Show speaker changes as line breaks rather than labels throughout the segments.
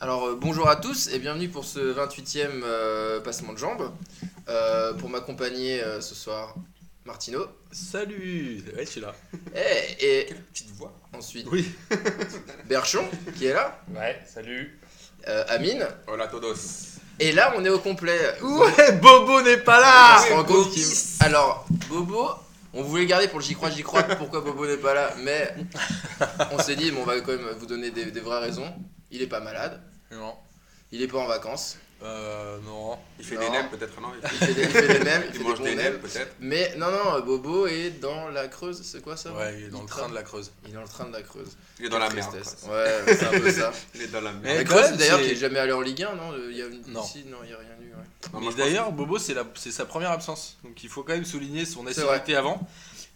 Alors euh, bonjour à tous et bienvenue pour ce 28e euh, passement de jambes. Euh, pour m'accompagner euh, ce soir, Martino.
Salut Ouais, je suis là.
Eh, et
Quelle petite voix
ensuite
Oui.
Berchon qui est là,
Ouais, salut.
euh, Amine.
Hola todos
Et là on est au complet.
Ouais, Bobo n'est pas
On
là
se rend compte qu'il- Alors Bobo, on voulait le garder pour le j'y crois, j'y crois, pourquoi Bobo n'est pas là, mais on s'est dit, bon, on va quand même vous donner des, des vraies raisons. Il est pas malade,
Non.
il est pas en vacances,
Euh, non.
Il fait
Non.
des nems peut-être, non Il,
il fait des, il fait des nems, il
il
fait
mange
des bons
des
nems.
nems peut-être
Mais non, non, Bobo est dans la Creuse, c'est quoi ça
Ouais, il est dans le train de la Creuse.
Il est dans le train de la Creuse.
Il est dans la
Quelle
merde. Eh ben,
tristesse.
quoi.
Ouais, ouais, c'est un peu ça.
Il est dans la
Mais
la
merde.
quand
Creuse,
même,
d'ailleurs,
c'est-
qui est jamais allé en Ligue 1, non Il y a une
Non.
si, non, il y a rien eu. ouais.
Non,
Mais
moi, je pense-
d'ailleurs, Bobo, c'est la- c'est sa première absence. Donc il faut quand même souligner son
C'est vrai.
assiduité avant.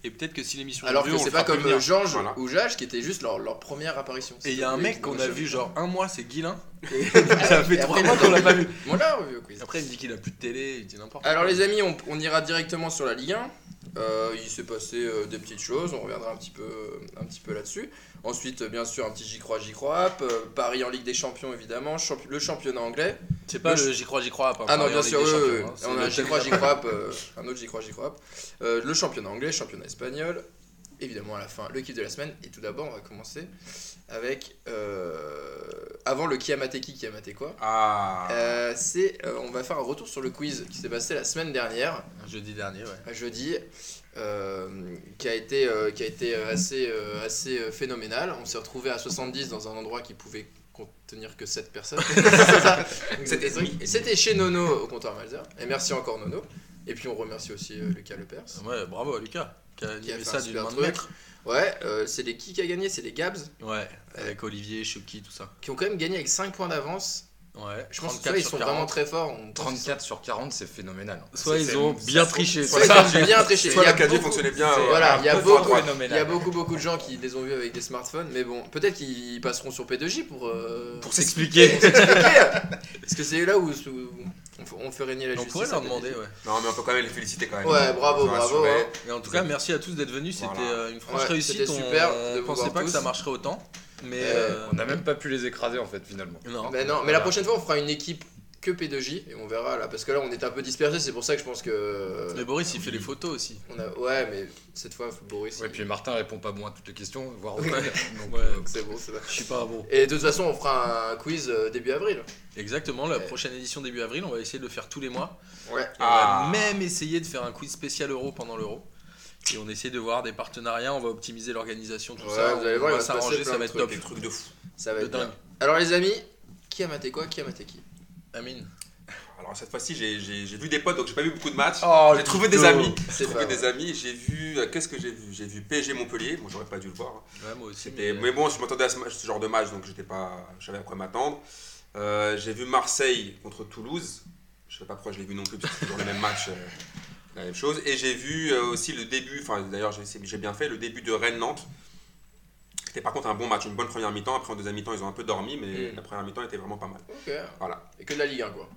Et peut-être que si l'émission
Alors
est
que c'est pas comme euh, Georges
Voilà.
ou Jage qui était juste leur, leur première apparition.
Et il y a un
C'était
mec
dans
qu'on
le
a
jeu.
vu genre un mois, c'est Guilin.
Et-
Ça fait
Et
trois
Ah, après,
mois
il a
qu'on l'a
dormi.
pas vu.
On l'a revu au quiz.
Après, il me dit qu'il a plus de télé, il dit n'importe quoi.
Alors les amis, on, on ira directement sur la Ligue 1. Euh, il s'est passé euh, des petites choses, on reviendra un petit peu, un petit peu là-dessus. Ensuite, euh, bien sûr, un petit j'y crois, j'y crois. app, euh, Paris en Ligue des Champions, évidemment. champi- le championnat anglais.
C'est pas
le-
le j'y crois, j'y crois. pas,
Ah non,
parler
bien
en Ligue
sûr,
des
oui,
Champions,
oui,
hein.
oui.
C'est
On
le
a un j'y
thème
crois, j'y
d'après.
crois, euh, un autre j'y crois, j'y crois. Euh, le championnat anglais, championnat espagnol, évidemment à la fin, le kiff de la semaine. Et tout d'abord, on va commencer avec. euh, avant le qui a maté qui, qui a maté quoi.
Ah
Euh, c'est, euh, on va faire un retour sur le quiz qui s'est passé la semaine dernière,
Jeudi dernier, ouais.
jeudi, euh, qui a été, euh, qui a été euh, assez, euh, assez euh, phénoménal. On s'est retrouvé à 70 dans un endroit qui pouvait contenir que 7 personnes. C'est ça.
C'était-
Donc, C'était chez Nono au comptoir Malzer. Et merci encore Nono. Et puis on remercie aussi euh, Lucas Lepers.
Ouais, bravo à Lucas. Qui a
Qui a fait
animé
un
ça d'une
super
main de
truc.
maître.
Ouais, euh, c'est les qui qui a gagné, c'est les Gabs
Ouais, avec Olivier, Chucky, tout ça.
qui ont quand même gagné avec 5 points d'avance.
Ouais.
Je pense que
34
soit ils
sur
sont
40.
vraiment très forts. On pense qu'ils sont-
34 sur 40, c'est phénoménal.
Soit
C'est-
ils
c'est-
ont
ça
bien
faut-
triché.
Soit
c'est
ils
ça.
ont bien triché.
Soit
Il y a
la KD
beaucoup-
fonctionnait bien.
C'est-
euh,
voilà,
un
il y a
peu
beaucoup-
à droite.
Il y a beaucoup beaucoup de gens qui les ont vus avec des smartphones, mais bon, peut-être qu'ils passeront sur P2J pour euh,
Pour s'expliquer.
s'expliquer. Parce que c'est là où, où on, f- on fait régner la
On
justice.
pourrait leur
à
demander,
P2J.
ouais.
Non, mais on peut quand même les féliciter quand même.
Ouais, bravo,
Ils ont
bravo,
assuré.
hein.
Et en tout cas, merci à tous d'être venus. C'était
Voilà.
euh, une franche
Ouais,
réussite.
c'était
On
super de
ne
vous
pensait
voir
pas que
tous.
ça marcherait autant. Mais
Euh,
euh,
On n'a même pas pu les écraser en fait finalement.
Non.
Mais Bah non, mais
Voilà.
la prochaine fois, on fera une équipe que P2J et on verra là, parce que là, on est un peu dispersé. C'est pour ça que je pense que
Mais Boris, il fait les photos aussi.
on a, ouais, mais cette fois, Boris.
Ouais,
il-
puis Martin répond pas bon à toutes les questions, voire
Ouais.
aucune. Donc,
Ouais.
euh,
c'est bon, c'est bon.
Je suis pas bon.
Et de toute façon, on fera un quiz euh, début avril.
Exactement, la
Ouais.
prochaine édition début avril, on va essayer de le faire tous les mois.
Ouais.
Et
Ah.
On va même essayer de faire un quiz spécial euro pendant l'euro. Et on essaie de voir des partenariats, on va optimiser l'organisation, tout
Ouais,
ça.
vous allez
on
voir, il
va
va se passer
s'arranger,
plein
ça
de
va être
trucs.
top.
Des trucs de fou.
Ça va
De
être bien.
dingue.
Alors les amis, qui a maté quoi Qui a maté qui
Amine.
Alors cette fois-ci, j'ai- j'ai j'ai vu des potes, donc j'ai pas vu beaucoup de matchs.
Oh,
J'ai trouvé des amis.
C'est
J'ai trouvé
pas
des amis. J'ai vu. euh, Qu'est-ce que j'ai vu J'ai vu PSG Montpellier. Bon, j'aurais pas dû le voir. hein.
moi aussi.
C'était- Mais bon, je m'attendais à ce, match- ce genre de match, donc j'étais pas, je savais à quoi m'attendre. Euh, j'ai vu Marseille contre Toulouse. Je sais pas pourquoi je l'ai vu non plus, parce que c'est toujours le même match, euh, la même chose. Et j'ai vu euh, aussi le début. Enfin, d'ailleurs, j'ai c'est- j'ai bien fait le début de Rennes Nantes. C'était par contre un bon match, une bonne première mi-temps. Après en deuxième mi-temps, ils ont un peu dormi, mais
Mm.
la première mi-temps était vraiment pas mal.
Ok.
Voilà.
Et que de la Ligue 1 quoi.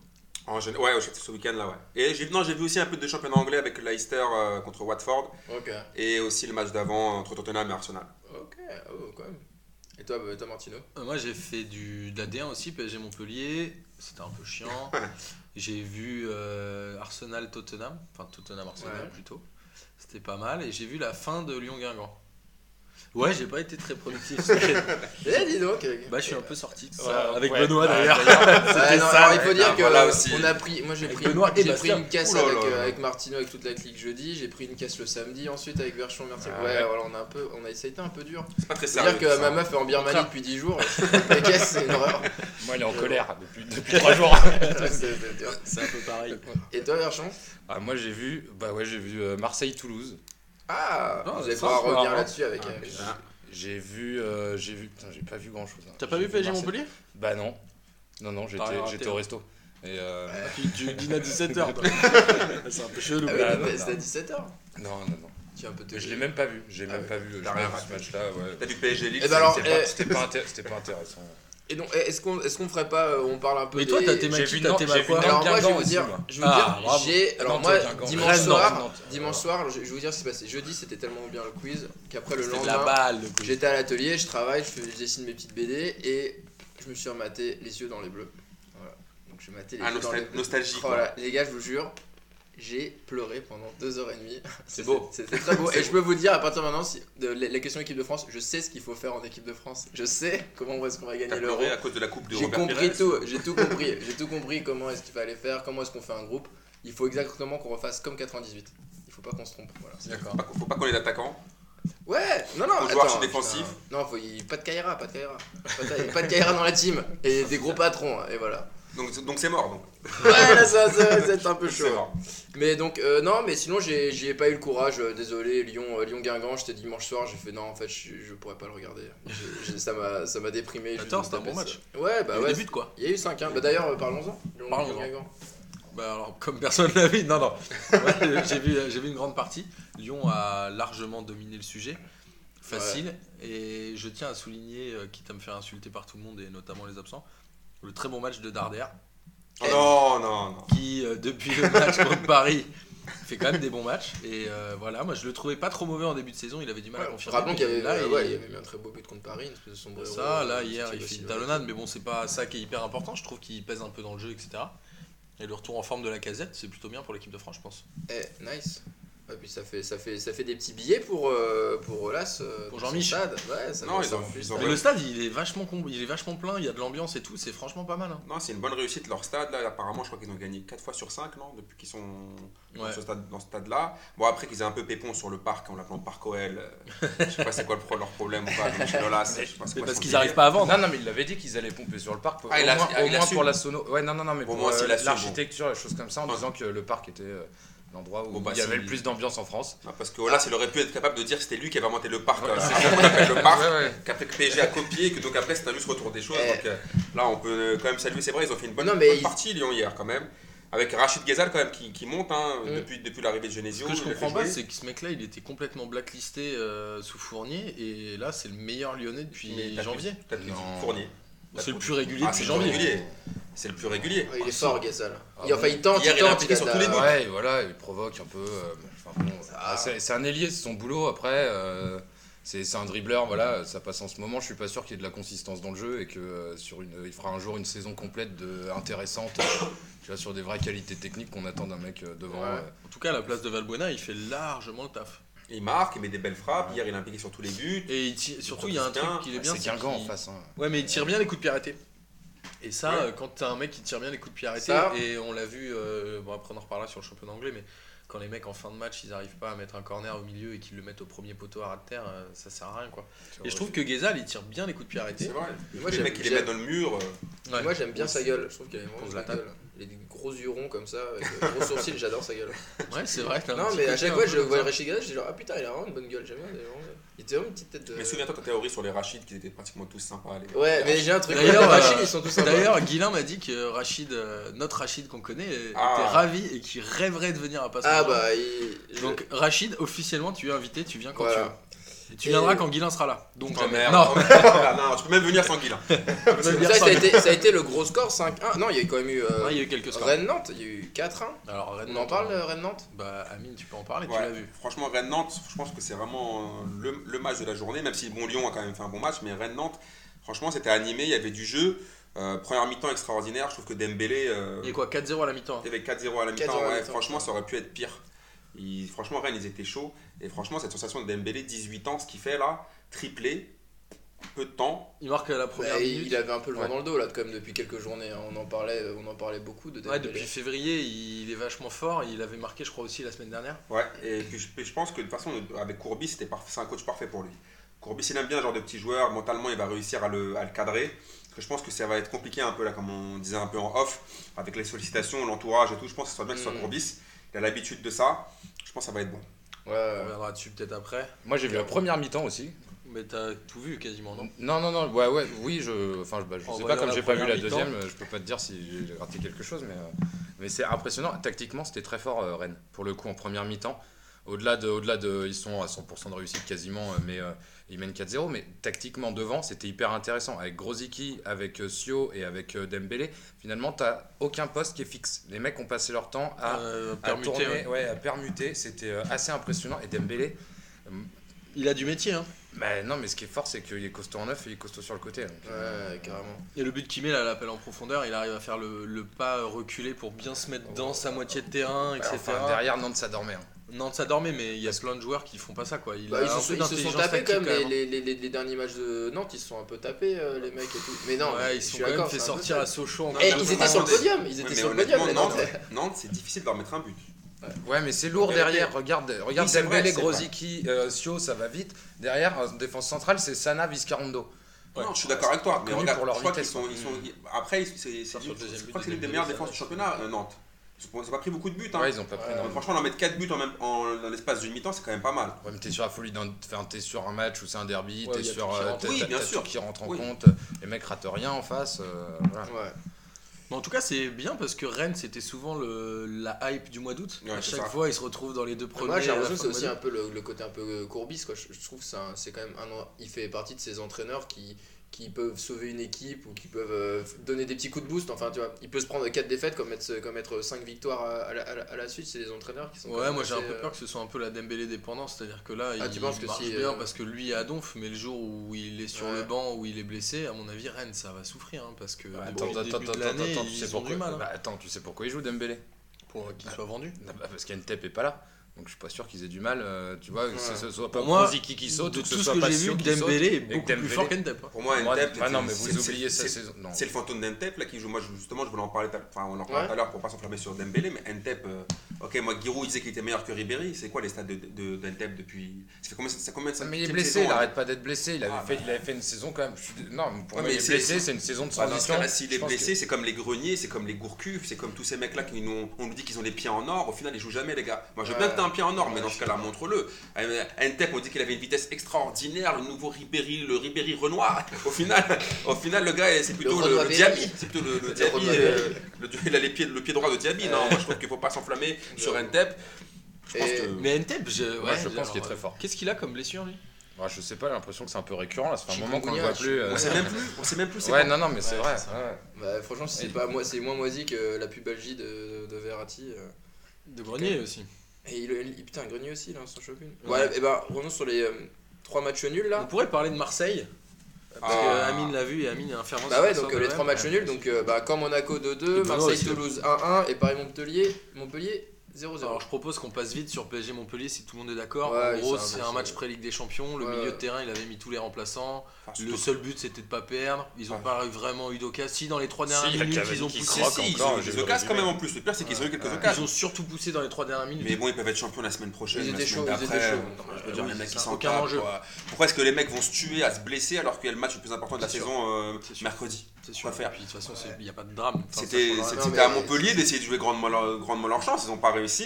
En gén- ouais, c'était ce week-end là, ouais. Et j'ai non, j'ai vu aussi un peu de championnat anglais avec Leicester euh, contre Watford
Ok.
et aussi le match d'avant euh, entre Tottenham et Arsenal.
Ok. Oh quand même. Et toi, bah, toi Martino
Euh, Moi, j'ai fait du, de la D1 aussi, PSG Montpellier. C'était un peu chiant. j'ai vu euh, Arsenal Tottenham, enfin Tottenham Arsenal
Ouais.
plutôt. C'était pas mal. Et j'ai vu la fin de Lyon Guingamp. Ouais, j'ai pas été très productif.
Eh dis donc. euh,
bah, je suis un peu sorti de ça.
Ouais,
avec
ouais,
Benoît
bah,
d'ailleurs.
Ah, non, alors, il faut dire
Ah,
que
voilà
euh,
aussi.
on a pris, moi j'ai
Avec
pris, une-
Benoît et
j'ai pris
Bastien.
une casse
Ouh là
avec,
là
euh,
là.
avec Martino, avec toute la clique jeudi, j'ai pris une casse le samedi, ensuite avec Verchon, merci.
Ah
ouais,
ouais.
voilà, on a un peu, on a, ça a été un peu dur.
C'est pas très
C'est à
sérieux.
dire
tout
que
ça.
ma meuf est en Birmanie
Contraire.
depuis 10 jours. La casse, c'est une horreur.
Moi, il est en
Euh,
colère depuis, depuis trois jours.
C'est- c'est dur.
C'est un peu pareil.
Et toi Verchon
Ah, moi, j'ai vu, bah ouais, j'ai vu euh, Marseille-Toulouse.
Ah,
Non,
vous allez
ça,
pouvoir
c'est
revenir
marrant.
là-dessus avec.
Ah,
euh,
putain.
J'ai vu, euh, j'ai vu, putain, j'ai pas vu grand chose.
T'as pas vu PSG Montpellier
Bah non, non, non,
T'as rien
j'étais,
raté,
j'étais au
ouais.
resto. Et euh,
tu, tu dînes à 17h. C'est un peu chelou.
Ah oui,
Là, là,
c'est
là.
à 17h.
non, non, non.
Tu es un peu
Mais
te-
je l'ai même pas vu. J'ai
Ah
même
ouais.
pas vu. euh,
T'as
j'ai
rien
pas vu ce
raté.
match-là. Ouais.
T'as du PSG Lille.
Eh ben alors,
c'est-
C'était
eh,
pas, c'était pas intér- c'était pas intéressant.
Et donc, est-ce qu'on est-ce qu'on ferait pas, euh, on parle un peu
Mais toi,
des-
t'as tes
J'ai vu
maquis, t'as
Nantes-
tes
j'ai vu
maquis.
Alors
Nantes,
moi, je vais
Guingamp
vous dire,
aussi, moi.
je vais vous
Ah,
dire,
bravo.
j'ai, alors
Nantes,
moi,
Guingamp,
dimanche
Rennes,
soir,
Nantes, Nantes.
dimanche soir, je, je vais vous dire ce qui s'est passé. Jeudi, c'était tellement bien le quiz qu'après le
C'était de la
lendemain,
balle. le coup.
j'étais à l'atelier, je travaille, je, fais- je dessine mes petites BD et je me suis rematé les yeux dans les bleus. Voilà. Donc je matais les
Ah,
yeux dans les Oh
nostal-
bleus.
nostalgie. quoi.
Voilà, les gars, je vous jure, j'ai pleuré pendant deux heures et demie.
C'est beau.
C'était très beau.
C'est
et je peux vous dire, à partir de maintenant, si, de, la, la question équipe de France, je sais ce qu'il faut faire en équipe de France. Je sais comment est-ce qu'on va
T'as
gagner l'euro.
pleuré à cause de la coupe de
J'ai
Robert
compris
Pires.
tout. J'ai tout compris. J'ai tout compris comment est-ce qu'il fallait faire, comment est-ce qu'on fait un groupe. Il faut exactement qu'on refasse comme 98. Il faut pas qu'on se trompe. Voilà.
D'accord.
Faut pas- Faut pas qu'on ait d'attaquants.
Ouais, non, non,
Faut jouer
attends,
archi-défensif.
putain. Non, faut, y- pas de Kaira, pas de Kaira. Pas de, pas de Kaira dans la team. Et des gros patrons, et voilà.
Donc donc c'est mort. donc.
Ouais, là, ça, ça- c'est un peu chaud.
C'est mort.
Mais donc, euh, non, mais sinon, j'ai j'y ai pas eu le courage. euh, désolé, Lyon, euh, Lyon-Guingamp, j'étais dimanche soir, j'ai fait non, en fait, je, je pourrais pas le regarder. J'ai- j'ai- ça m'a ça m'a déprimé. je
Attends,
me
c'était un bon
tapais
match.
ça. Ouais, bah
Au
ouais.
début de quoi
Il y a eu 5, hein. Bah d'ailleurs, euh, parlons-en. Lyon-
Parlons-en.
Lyon-Guingamp.
Bah alors, comme personne l'a vu, non, non. Ouais, j'ai vu, j'ai vu une grande partie. Lyon a largement dominé le sujet. Facile. Et je tiens à souligner, euh, quitte à me faire insulter par tout le monde et notamment les absents, le très bon match de Darder,
Eh.
Non, non, non.
qui euh, depuis le match contre Paris fait quand même des bons matchs. Et euh, voilà, moi je le trouvais pas trop mauvais en début de saison, il avait du mal à
Ouais,
confirmer.
Rappelons qu'il y
mais
avait
là,
euh,
il-
ouais, il y avait mis un très beau but contre Paris, une espèce de sombre
Ça,
héros,
là,
euh,
hier, il
City
fait une
aussi,
talonnade, mais bon, c'est pas ça qui est hyper important. Je trouve qu'il pèse un peu dans le jeu, etc. Et le retour en forme de la casette, c'est plutôt bien pour l'équipe de France, je pense.
Eh, nice. Et puis ça fait, ça, fait, ça fait des petits billets pour, euh, pour Olas. euh,
Pour
dans son
Jean-Mich.
stade. Ouais, ça
Non,
fait
ils
ça
ont-
en plus.
ils ont
Mais
Ouais.
le stade, il est vachement com- il est vachement plein, il y a de l'ambiance et tout, c'est franchement pas mal. hein.
Non, c'est une bonne réussite leur stade là. Apparemment, je crois qu'ils ont gagné 4 fois sur 5 non depuis qu'ils sont dans
Ouais.
ce stade- dans ce stade-là. bon, après qu'ils aient un peu pépon sur le parc en l'appelant Parc OL, euh, je sais pas c'est quoi le pro- leur problème ou pas. Donc, Lola, c'est- je sais pas c'est
C'est
quoi
parce
son
qu'ils
délire.
arrivent pas à vendre.
Non, non, mais il l'avait dit qu'ils allaient pomper sur le parc. Pour,
Ah,
au
il a-
moins,
ah,
au
il
moins
assume.
pour la sono. Ouais, non, non, non, mais
Au
pour
moins,
euh,
s'il assume, bon.
l'architecture, les choses comme ça, en
Ouais.
disant que le parc était euh, l'endroit où
Bon, bah,
il y avait
si-
le plus d'ambiance en France.
Ah, parce que Olas, il aurait pu être capable de dire que c'était lui qui avait inventé le parc,
Ouais,
euh,
c'est
après, le parc,
Ouais, ouais.
qu'après que PSG a copié, et que donc après c'est un juste retour des choses.
Eh.
Donc euh, là, on peut euh, quand même saluer. C'est vrai, ils ont fait une bonne,
Non, mais
bonne
ils-
partie Lyon hier quand même, avec Rachid Ghezal quand même qui, qui monte hein,
Mm.
depuis depuis l'arrivée de
Ce
Genesio.
que je
il a fait
comprends pas,
jouer.
c'est que ce mec-là, il était complètement blacklisté euh, sous Fournier, et là, c'est le meilleur Lyonnais depuis
Mais t'as-
janvier.
t'as tout dit,
Non.
Fournier.
C'est le plus régulier
Ah,
depuis
c'est
janvier.
régulier. C'est le plus régulier.
Ouais, il est fort, Gassal.
Ah
il, enfin,
bon.
il tente,
Hier,
il
il a
tente.
appliqué
il
sur
a-
tous les buts.
Euh, Ouais, et voilà, il provoque un peu. euh, enfin bon,
Ah.
c'est c'est un ailier, c'est son boulot. Après, euh, c'est c'est un dribbleur, voilà, ça passe en ce moment. Je suis pas sûr qu'il y ait de la consistance dans le jeu et que euh, sur une, il fera un jour une saison complète de, intéressante, euh, tu vois, sur des vraies qualités techniques qu'on attend d'un mec euh, devant.
Ouais.
euh.
En tout cas, à la place de Valbuena, il fait largement le taf.
Il marque, il met des belles frappes. Hier, il a impliqué sur tous les buts.
Et il tire- surtout, il y a un truc
Bien.
qui est bien.
c'est Guingamp en
qu'il-
face. hein.
Ouais, mais il tire bien les coups de pied arrêtés. Et ça,
Ouais.
euh, quand t'as un mec qui tire bien les coups de pied arrêtés,
Ça.
et on l'a vu, euh, bon après on en reparlera sur le championnat anglais, mais quand les mecs en fin de match ils arrivent pas à mettre un corner au milieu et qu'ils le mettent au premier poteau à ras de terre, euh, ça sert à rien quoi. Et je trouve que Ghezal il tire bien les coups de pied
C'est
arrêtés.
vrai.
Moi,
les
j'aime-
mecs, qui les
j'aime-
mettent dans le mur. euh,
Ouais.
Moi j'aime bien sa gueule, je trouve qu'il a vraiment
Pose
une
la
gueule. Il a des gros yeux ronds comme ça, avec des gros sourcils, j'adore sa gueule.
Ouais, c'est vrai. t'as un
Non
petit
mais à
côté
chaque
un
fois
peu
je
comme
vois
ça.
le Rashigaza, je dis genre ah putain il a vraiment une bonne gueule, j'aime bien. il a vraiment- Il était vraiment une petite tête de...
Mais souviens-toi, ta théorie sur les Rachid, qui étaient pratiquement tous sympas. les-
Ouais mais j'ai un truc,
D'ailleurs,
les Rachid
euh,
ils sont tous sympas.
D'ailleurs, Guilin m'a dit que Rachid, euh, notre Rachid qu'on connaît, euh,
Ah.
était ravi et qu'il rêverait de venir à Passeport.
Ah bah il... je-
Donc Rachid, officiellement tu es invité, tu viens quand
Voilà.
tu veux. Et tu
Et-
viendras quand Guilin sera là. Donc
Putain,
la-
merde.
Non,
Ah, non, tu peux même venir sans Guilin.
tu vas
Ça, ça, a
venir
été, ça a été le gros score 5-1. Non il y a quand même eu...
sans-
euh,
Ouais, Ah, il y a eu quelques scores.
Rennes-Nantes, il y a eu 4-1.
Alors, Rennes,
On en parle euh, Rennes-Nantes
Bah, Amine, tu peux en parler, tu
Ouais.
l'as vu.
Franchement, Rennes-Nantes, je pense que c'est vraiment euh, le, le match de la journée, même si bon, Lyon a quand même fait un bon match, mais Rennes-Nantes, franchement, c'était animé, il y avait du jeu. Euh, première mi-temps extraordinaire, je trouve que Dembélé, euh,
Il y a quoi 4-0 à la mi-temps. hein.
il y avait 4-0 à
4-0
la
à
mi-temps,
la
ouais,
mi-temps.
franchement, ça aurait pu être pire. Il- franchement, Rennes, ils étaient chauds, et franchement, cette sensation de Dembélé, 18 ans, ce qu'il fait là, triplé, peu de temps.
Il marque à la première
Bah,
minute.
Il avait un peu le vent
Ouais.
dans le dos là comme depuis quelques journées. hein. On en parlait, on en parlait beaucoup de
Ouais,
Dembélé.
depuis février, il est vachement fort. Il avait marqué, je crois, aussi la semaine dernière.
Ouais, et puis je, je pense que de toute façon, avec Courbis, c'était parfait- c'est un coach parfait pour lui. Courbis, il aime bien ce genre de petit joueur. Mentalement, il va réussir à le, à le cadrer. Parce que je pense que ça va être compliqué un peu, là, comme on disait un peu en off, avec les sollicitations, l'entourage et tout. Je pense que ce serait bien que ce soit
Mhm.
Courbis. Il a l'habitude de ça. Je pense que ça va être bon.
Ouais, ouais.
On reviendra dessus peut-être après.
Moi, j'ai vu la première mi-temps aussi.
Mais t'as tout vu quasiment, non
Non, non, non, ouais, ouais, oui, je, enfin, je, bah, je
En
sais pas,
voyant
comme
la
j'ai pas vu la
première mi-temps.
deuxième, euh, je peux pas te dire si j'ai raté quelque chose, mais, euh, mais c'est impressionnant. Tactiquement, c'était très fort, euh, Rennes, pour le coup, en première mi-temps. Au-delà de, au-delà de, ils sont à 100% de réussite quasiment, euh, mais euh, ils mènent 4-0, mais tactiquement devant, c'était hyper intéressant. Avec Grozicki, avec euh, Sio et avec euh, Dembélé, finalement, t'as aucun poste qui est fixe. Les mecs ont passé leur temps à,
Ah,
Euh,
à
permuté,
tourner,
ouais.
ouais, à permuter, c'était euh, assez impressionnant. Et Dembélé,
Il a du métier, hein.
Bah, non, mais ce qui est fort, c'est qu'il est costaud en neuf et il est costaud sur le côté. donc, euh,
Ouais, carrément.
Et le but qu'il met là, l'appel en profondeur, il arrive à faire le, le pas reculé pour bien se mettre dans sa moitié de terrain,
bah,
etc.
enfin, derrière, Nantes, ça dormait. hein.
Nantes ça dormait, mais il y a plein de joueurs qui font pas ça quoi. Il
Bah,
a
ils, se,
un peu
ils se sont
d'intelligence
tapés
tactique,
quand même,
même.
les, les- les- les derniers matchs de Nantes, ils se sont un peu tapés, euh, les mecs et tout. Mais non,
ouais,
mais
ils
je
se sont
suis
quand même
d'accord,
fait
c'est
sortir
un
à
peu
Sochaux. en
ça.
à-
Eh,
quart de
ils étaient
finale.
sur le podium, ils
Ouais,
étaient
mais
sur le
honnêtement,
podium, les
Nantes,
Nantais.
Nantes, c'est difficile de leur mettre un but.
Ouais, mais c'est lourd
En vérité.
derrière. Regarde, regarde
Oui, c'est vrai,
Dembélé,
c'est
Grozicki, euh, Sio, ça va vite. Derrière, euh, défense centrale, c'est Sana, Viscarondo.
Ouais.
Non, je suis d'accord avec toi. Mais
Connus
regarde,
pour leur
je crois qu'ils
vitesse,
sont,
quoi.
ils sont- ils- Après, ils- c'est c'est
Sur
l'une-
le deuxième
je
but
crois que
de
c'est l'une
Dembélé,
des meilleures
ça
défenses
va.
du championnat, euh, Nantes. Ils se sont pas pris beaucoup de buts. hein.
Ouais, ils ont pas pris.
Ouais.
non.
Donc, Franchement, leur mettre 4 buts en même- en- dans l'espace d'une mi-temps, c'est quand même pas mal.
Ouais, mais t'es sur la folie d'un. Enfin, t'es sur un match où c'est un derby,
Ouais,
t'es
il y a
sur.
tout qui
euh,
rentre.
t'as-
Oui,
t'as-
bien
t'as
sûr.
tout qui rentre en
Oui.
compte. Les mecs ratent rien en face. euh, voilà.
Ouais.
Mais en tout cas, c'est bien parce que Rennes, c'était souvent le, la hype du mois d'août.
Ouais,
à
c'est
chaque
ça.
fois, ils se retrouvent dans les deux premiers.
Moi, j'ai
à la
l'impression que
fin
c'est aussi
du mois
un peu le, le côté un peu courbis. Quoi. Je, je trouve que c'est un- c'est quand même un. en- Il fait partie de ces entraîneurs qui, qui peuvent sauver une équipe ou qui peuvent euh, donner des petits coups de boost. Enfin, tu vois, il peut se prendre 4 défaites comme être, comme être 5 victoires à, à la, à la- à la suite. C'est des entraîneurs qui sont.
d'août.
quand
Ouais,
même
moi j'ai un
assez,
peu
euh,
peur que ce soit un peu la Dembélé dépendance, c'est-à-dire que là,
Ah,
il
tu penses que
marche
si,
bien
euh,
parce que lui est à donf, mais le jour où il est sur
Ouais.
le banc, où il est blessé, à mon avis, Rennes, ça va souffrir hein, parce que
Bah,
depuis le début de l'année, ils ont du mal hein,
bah, attends, tu sais pourquoi il joue Dembélé
pour qu'il soit vendu.
Ah bah, Parce qu'Entep est pas là. Donc je suis pas sûr qu'ils aient du mal, euh, tu vois, que ce-
Ouais.
ce soit pas
Pour moi,
Grozicki qui saute,
de
ou que ce
tout ce
soit
que
pas
j'ai
Sio
vu,
qui saute,
Dembélé est
et que
beaucoup plus
Dembélé-
fort qu'Entep. hein.
Pour moi,
Moi,
Entep,
bah non,
c'est-
mais
c'est-
vous
c'est-
oubliez sa
c'est-
saison. Non.
C'est le fantôme d'Entep là qui joue. Moi, je- justement, je voulais en parler. tout à- Enfin, on en parle
Ouais.
tout à l'heure pour pas s'enflammer sur Dembélé, mais Entep. euh, ok, moi, Giroud il disait qu'il était meilleur que Ribéry. C'est quoi les stats de- de- d'Entep depuis Ça fait combien ça combien de
Non,
ça-
mais il est
quelle
blessé,
saison,
il
hein
arrête pas d'être blessé. Il avait,
Ah,
fait, il avait fait une saison quand même. je suis dé- Non, mais pour
Ouais,
moi,
mais
il est
c'est-
blessé, c'est une saison de
Tandis que
transition.
là, s'il
Je
est
pense que-
blessé, c'est comme les greniers, c'est comme les gourcuves, c'est comme tous ces mecs-là qui nous on nous dit qu'ils ont les pieds en or. Au final, ils jouent jamais, les gars. Moi, je veux bien
Ouais.
que t'aies un pied en or, mais
Ouais,
dans
je
ce cas-là, montre-le. Euh, Entep, on dit qu'il avait une vitesse extraordinaire, le nouveau Ribéry, le Ribéry Renoir. Au final, au final, le gars, c'est
Le
plutôt le,
Renoir
le
Berry.
Diaby. C'est plutôt le, le
Le
Diaby,
Renoir
euh,
Berry.
le- il a les pieds, le pied droit de Diaby. Non, moi, je trouve qu'il faut pas s'enflammer sur Entep. Je pense
Et-
que-
Mais Entep, je, ouais,
je pense
alors,
qu'il est très fort.
Qu'est-ce qu'il a comme blessure lui
Ouais, je sais pas, j'ai l'impression que c'est un peu récurrent là. Ça fait un
Chikungunya,
moment qu'on le voit plus. euh,
On sait même plus, on sait même plus. c'est
Ouais,
quand.
non, non, mais c'est
Ouais,
vrai.
c'est ça.
ouais.
bah, franchement, si c'est
Et-
pas moi, c'est moins moisi que la pubalgie de, de Verratti. euh.
De Grenier aussi.
Et il, il- putain, Grenier aussi, là, sans chopine.
Ouais.
Ouais, et bah, revenons sur les 3 matchs nuls là.
On pourrait parler de Marseille. Parce
Ah.
que Amine l'a vu et Amine est un fervent.
Bah ouais,
défenseur
donc
de
euh, les
l'OM.
trois matchs nuls, donc euh, bah, quand Monaco
Et
2-2,
Benoît aussi.
Marseille-Toulouse 1-1 et Paris-Montpellier Montpellier 0-0.
Alors je propose qu'on passe vite sur PSG Montpellier si tout le monde est d'accord.
Ouais,
en gros,
c'est un
c'est
peu
un
ça.
match pré-Ligue des Champions. Le
Ouais.
milieu de terrain, il avait mis tous les remplaçants.
Enfin, surtout-
Le seul but, c'était de pas perdre. Ils ont
Ouais.
pas vraiment eu d'occasion. Si dans les trois
Si,
dernières
il y a
minutes,
Cavani
ils ont
qui
poussé.
Si,
croque
si, ils
encore,
ont eu
j'ai
des
vu le
occasions quand
résumé.
même en plus. Le pire, c'est qu'ils ont eu quelques
Ouais.
occasions.
Ils ont surtout poussé dans les trois dernières minutes.
Mais bon, ils peuvent être champions la semaine prochaine.
Ils
la
étaient
semaine
chauds, ils étaient
d'après.
chauds.
Non, Je veux
Euh,
dire,
oui,
les mecs
c'est
qui
ça.
s'en
Aucun
tapent,
enjeu.
quoi. Pourquoi est-ce que les mecs vont se tuer à se blesser alors qu'il y a le match le plus important de la
C'est sûr.
saison euh,
C'est sûr.
mercredi
C'est sûr.
Quoi faire
Et puis, de toute façon, c'est- il n'y a pas de drame. Enfin,
C'était
ça, faut
c'était
le
Non, mais-
à Montpellier d'essayer de jouer grandement leur, grandement leur chance. Ils n'ont pas réussi.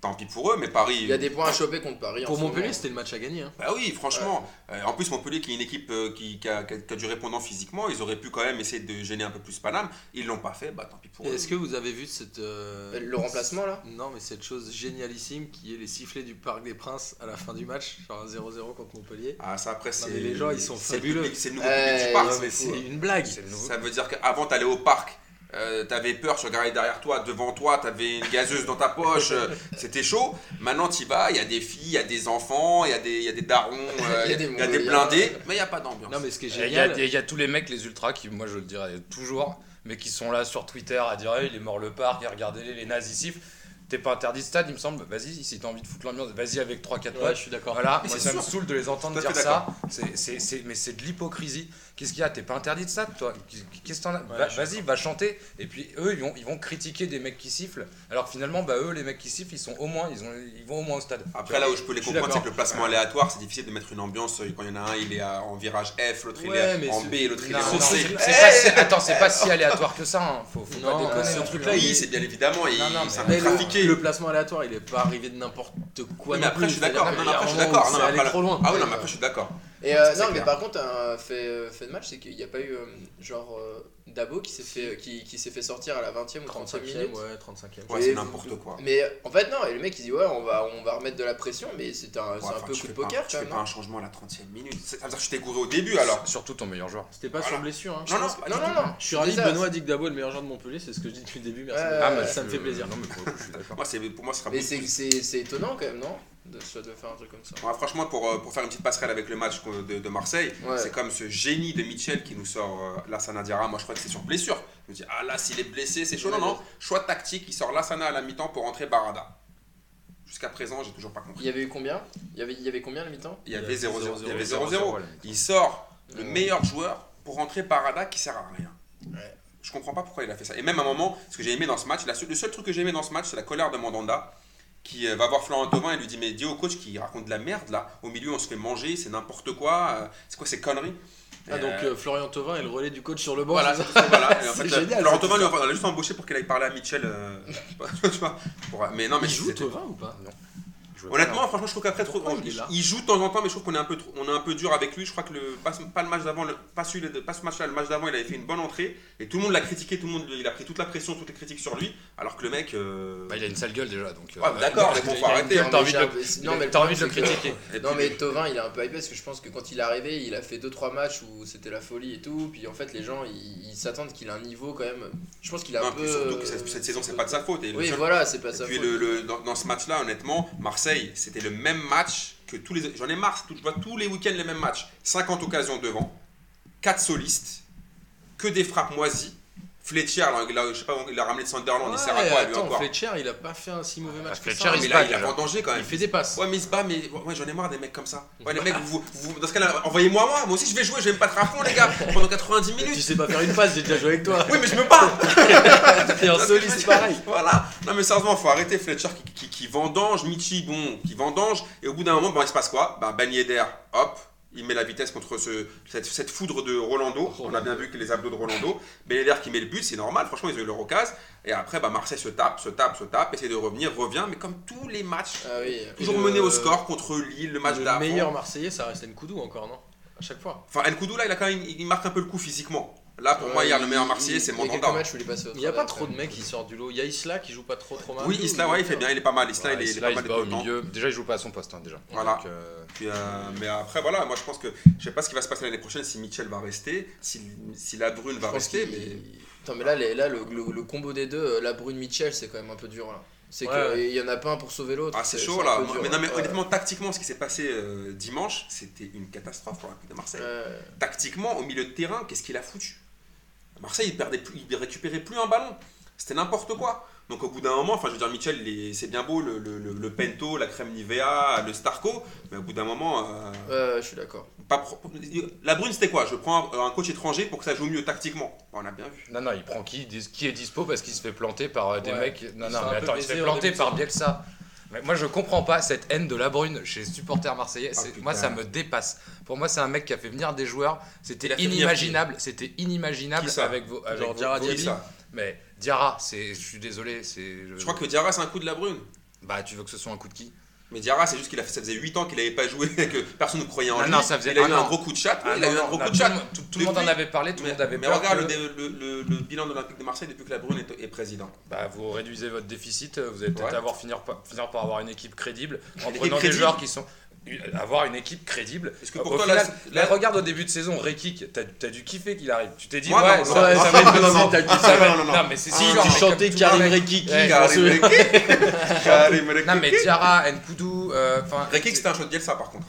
Tant pis pour eux, mais Paris.
Il y a des points à choper contre Paris. en
Pour
ce moment.
Montpellier, c'était le match à gagner. hein.
Bah oui, franchement. Euh, en plus, Montpellier, qui est une équipe euh, qui, qui a, qui a- qui a du répondant physiquement, ils auraient pu quand même essayer de gêner un peu plus Paname. Ils l'ont pas fait, bah tant pis pour
Et
eux.
Est-ce que vous avez vu cette. euh,
Le remplacement là
Non, mais cette chose génialissime qui est les sifflets du Parc des Princes à la fin du match, genre un 0-0 contre Montpellier.
Ah, ça après, c'est.
mais les gens, ils sont
c'est le
fabuleux.
public- C'est le nouveau
Eh,
public du parc.
ouais,
ça.
mais
C'est une blague.
C'est le nouveau.
Ça veut dire qu'avant, t'allais au parc, euh, t'avais peur, tu regardais derrière toi, devant toi, t'avais une gazeuse dans ta poche, euh, c'était chaud. Maintenant, t'y vas, il y a des filles, il y a des enfants, il y, a des- il y a des darons, euh, il y, a-
des
il y a des
Mongoliens.
blindés, mais il n'y a pas d'ambiance.
Non, mais ce qui est
Il y, a,
génial.
il y a tous les mecs, les ultras, qui, moi je le dirais toujours, mais qui sont là sur Twitter à dire Eh, il est mort le parc, et regardez-les, les nazis sifflent. T'es pas interdit de stade, il me semble. Vas-y, si t'as envie de foutre l'ambiance, vas-y avec 3-4
Ouais, je
matchs.
suis d'accord.
Voilà,
Mais
moi
c'est
ça
sûr.
me saoule de les entendre
Tout à
dire
fait
ça. C'est- c'est- c'est- mais c'est de l'hypocrisie. Qu'est-ce qu'il y a T'es pas interdit de stade, toi Qu'est-ce que t'en as Va-
je suis
Vas-y, va chanter. Et puis eux, ils vont, ils vont critiquer des mecs qui sifflent. Alors que finalement, bah, eux, les mecs qui sifflent, ils sont au moins, ils, ont, ils vont au moins au stade.
Après, là où je peux les
Je suis
comprendre, c'est que
d'accord.
le placement aléatoire, c'est difficile de mettre une ambiance. euh, Quand il y en a un, il est à- en virage F, l'autre il
Ouais, mais
est en
ce-
B, l'autre il est
Non,
en
non,
C. Eh
c'est- c'est pas si- attends, c'est pas si aléatoire que ça. hein. Faut, faut
Non,
pas déconner.
ce
non
truc-là,
plus, hein.
il est-
Oui, c'est bien évidemment, il-
Non, non, mais-
c'est un
Mais
peu trafiqué.
le, le placement aléatoire, il est pas arrivé de n'importe quoi.
Oui,
non
mais après,
plus.
je suis d'accord.
C'est-à-dire qu'il
Non, mais
y a
après, je suis
un moment où
d'accord. Non,
C'est
mais
allé
après,
trop loin.
Ah oui, non, mais après, je suis d'accord.
Et euh,
C'est
non, mais
clair.
par contre, un fait, euh, fait de match, c'est qu'il n'y a pas eu euh, genre euh, Dabo qui s'est fait, euh, qui, qui s'est fait sortir à la 20 e ou 30 e
35e,
minute.
ouais, 35e.
Ouais,
Et
c'est
vous-
n'importe quoi.
Mais euh, en fait, non, et le mec il dit ouais, on va, on va remettre de la pression, mais c'est un, c'est
Ouais,
un
enfin,
peu
tu
coup de
fais pas-
poker
Tu
quand
fais
même.
pas un
hein.
changement à la 30 e minute. Ça veut dire que je t'ai gouré au début alors.
Surtout ton meilleur joueur.
C'était pas
Voilà.
sur blessure. hein.
Non, non,
Non, non, non,
Je suis ravi que
désolé.
Benoît dit que Dabo est le meilleur joueur de Montpellier, c'est ce que je dis depuis le début. Merci.
Ouais,
beaucoup.
Ah, ouais, mais
ça me fait plaisir.
Non, mais pour le coup, je suis d'accord.
Moi, c'est- pour moi, ce sera
Mais
beaucoup
c'est
plus-
c'est- c'est étonnant quand même, non de, se- de faire un truc comme ça.
Ouais, franchement, pour, euh, pour faire une petite passerelle avec le match qu'on- de, de Marseille,
Ouais.
c'est comme ce génie de Mitchell qui nous sort euh, Lassana Diarra. Moi, je crois que c'est sur blessure. Je me dis, ah là, s'il est blessé, c'est chaud. Non, non. Choix tactique, il sort Lassana à la mi-temps pour rentrer Barada. Jusqu'à présent, j'ai toujours pas
Il
compris.
y avait eu combien il y avait, il y avait combien le mi-temps
Il y avait 0-0. Il y avait 0-0.
0-0.
Il sort le
Ouais.
meilleur joueur pour rentrer Barada qui sert à rien.
Ouais.
Je comprends pas pourquoi il a fait ça. Et même à un moment, ce que j'ai aimé dans ce match, la seule- le seul truc que j'ai aimé dans ce match, c'est la colère de Mandanda qui euh, va voir Florent Thauvin et lui dit Mais dis au coach qui raconte de la merde là, au milieu on se fait manger, c'est n'importe quoi, euh, c'est quoi ces conneries
Ah,
Et,
donc
euh,
euh, Florian Thauvin est le relais du coach sur le banc.
voilà,
c'est ça
voilà. Et en
C'est
fait, euh,
génial,
Florent
cette
Thauvin, lui, on l'a juste embauché pour qu'il aille parler à Mitchell. euh, tu vois, pour- mais non, mais
Il joue
c'était-
Thauvin ou pas
Honnêtement, franchement, je trouve qu'après, trop,
Pourquoi
on-
il est là
il joue de temps en temps, mais je trouve qu'on est un peu, trop- on est un peu dur avec lui. Je crois que le, pas, ce- pas le match d'avant, le- pas, celui de- pas ce match-là, le match d'avant, il avait fait une bonne entrée et tout le monde l'a critiqué, tout le monde, il a pris toute la pression, toutes les critiques sur lui, alors que le mec, euh,
Bah, il a une sale gueule déjà, donc. euh,
Ouais, mais d'accord, mais bon, faut arrêter. hein,
T'as envie de le-
Non, mais
T'as envie de le
problème, c'est que-
critiquer.
et
Non
puis,
mais Tovin il est un peu hypé parce que je pense que quand il est arrivé il a fait 2-3 matchs où c'était la folie et tout puis en fait les gens ils ils s'attendent qu'il a un niveau quand même je pense qu'il a
non,
un
puis
peu
surtout que cette,
euh,
cette saison, c'est pas de sa faute. Et le
Oui
seul-
voilà c'est pas
Et
ça
puis le, le- dans, dans ce match-là, honnêtement, Marseille, c'était le même match que tous les. J'en ai marre, c'est tout- je vois tous les week-ends les mêmes matchs. 50 occasions devant, 4 solistes, que des frappes moisies. Fletcher, là, il a, je sais pas, il a ramené de Sunderland, il sert à
Ouais,
quoi lui
attends,
encore
Fletcher, il a pas fait un si mauvais match. que
Fletcher,
ça, hein.
Mais
il se
là,
bat,
il a
déjà.
en danger quand
il
même.
fait des passes.
Ouais, mais il se bat, mais ouais, j'en ai marre des mecs comme ça. Ouais, les mecs, vous, vous- dans ce cas-là, envoyez-moi moi. Moi aussi, je vais jouer, je vais me battre à fond, les gars, pendant 90
Tu
minutes.
sais pas faire une passe, j'ai déjà joué avec toi.
Oui, mais je me bats
T'es un soliste pareil.
Voilà. Non mais sérieusement, faut arrêter Fletcher qui, qui, qui vendange, Michi, bon, qui vendange, et au bout d'un moment, bon, il se passe quoi Bah, Ben Yedder, hop, il met la vitesse contre ce, cette, cette foudre de Rolando. On a bien vu que les abdos de Rolando. Ben Yedder qui met le but, c'est normal, franchement, ils ont eu leur occasion. Et après, bah, Marseille se tape, se tape, se tape, essaie de revenir, revient, mais comme tous les matchs,
Ah oui
toujours
le-
mené au score contre Lille, le match
Le
d'avant.
meilleur Marseillais, ça reste Nkoudou encore, non À chaque fois.
Enfin, Nkoudou, là, il, a quand même, il marque un peu le coup physiquement. Là, pour moi, hier, le meilleur Marseillais, c'est
mon Euh, Il y a
Mandanda.
quelques matchs où il est passé au
Il n'y a pas
travers,
trop de
quand
mecs qui sortent du lot. Il y a Isla qui joue pas trop trop mal.
Oui, Isla, ouais, il fait bien, il est pas mal. Isla,
Voilà,
il est, il est
Isla, il
pas
se
mal
bat au
débutant.
milieu. Déjà, il joue pas à son poste, hein, déjà.
Voilà.
Donc, euh,
Puis, euh, mais après, voilà, moi je pense que je sais pas ce qui va se passer l'année prochaine si Mitchell va rester, si, si la brune va
Je pense
rester,
qu'il-
mais.
Attends, mais là, les- là le, le- le combo des deux, euh, la brune Mitchell, c'est quand même un peu dur là. C'est
Ouais,
qu'il y en a pas un pour sauver l'autre.
Ah, c'est chaud
un
là.
peu dur, hein.
mais non, mais
ouais.
honnêtement, tactiquement, ce qui s'est passé euh, dimanche, c'était une catastrophe pour l'Olympique de Marseille.
Ouais.
Tactiquement, au milieu de terrain, qu'est-ce qu'il a foutu Marseille, il perdait plus, il récupérait plus un ballon. C'était n'importe quoi. Donc au bout d'un moment, enfin je veux dire, Mitchell, il est- c'est bien beau, le, le- le- le Pento, la crème Nivea, le Starco, mais au bout d'un moment, euh,
Ouais, je suis d'accord.
pas pro- la brune c'était quoi Je prends un, un coach étranger pour que ça joue mieux tactiquement. Bah, On a bien vu.
Non, non, il prend qui, dis- qui est dispo parce qu'il se fait planter par euh, des
Ouais.
mecs. Non,
Ils
non,
sont un
mais
peu
attends, il se fait
baisés au
planter
début,
par
ça.
Bielsa. Mais moi, je comprends pas cette haine de la brune chez les supporters marseillais.
Ah,
C'est-
putain.
moi, ça me dépasse. Pour moi, c'est un mec qui a fait venir des joueurs.
Il a
C'était
fait venir
inimaginable. C'était inimaginable
Qui ça
avec vos. avec
Genre
vos-
Diarra,
vos-
Diaby
ça.
Mais Diarra, c'est. Je suis désolé. C'est. euh,
Je crois que Diarra, c'est un coup de la brune.
Bah, tu veux que ce soit un coup de qui
Mais Diarra, c'est juste qu'il a fait, ça faisait 8 ans qu'il n'avait pas joué, que personne ne croyait en
Non,
lui.
Ah, non, ça faisait
il a eu
un
un
an.
gros coup de chat. oui,
Ah,
il a eu
non,
un
non,
gros
bah,
coup de
tout
chat.
le monde- Tout tout le monde en
Depuis-
avait parlé. Tout le
Mais,
monde avait
mais
peur
regarde
que-
le, le- le- le- bilan de l'Olympique de Marseille depuis que la brune est, est président.
Bah, vous réduisez votre déficit, euh, vous allez peut-être
Ouais.
avoir finir par, finir par avoir une équipe crédible en
Une équipe
prenant des
crédible.
joueurs qui sont avoir une équipe crédible.
Est-ce que
Au
pour toi,
final,
la-
là, regarde au début de saison Rekik, t'as t'as dû kiffer qu'il arrive. Tu t'es dit
Moi,
ouais,
non,
ça,
non,
va-
non,
ça va
non,
être
non,
facile.
t'as dit ça, non, non, non.
mais c'est
Ah,
sûr,
non,
mais
tu
comme tout le monde avec-
Rekiki.
Ouais,
j'en
Karim
souviens.
Karim Rekik.
Non mais Diarra, Nkoudou, euh, enfin
Rekik, c'était un choix de Bielsa par contre.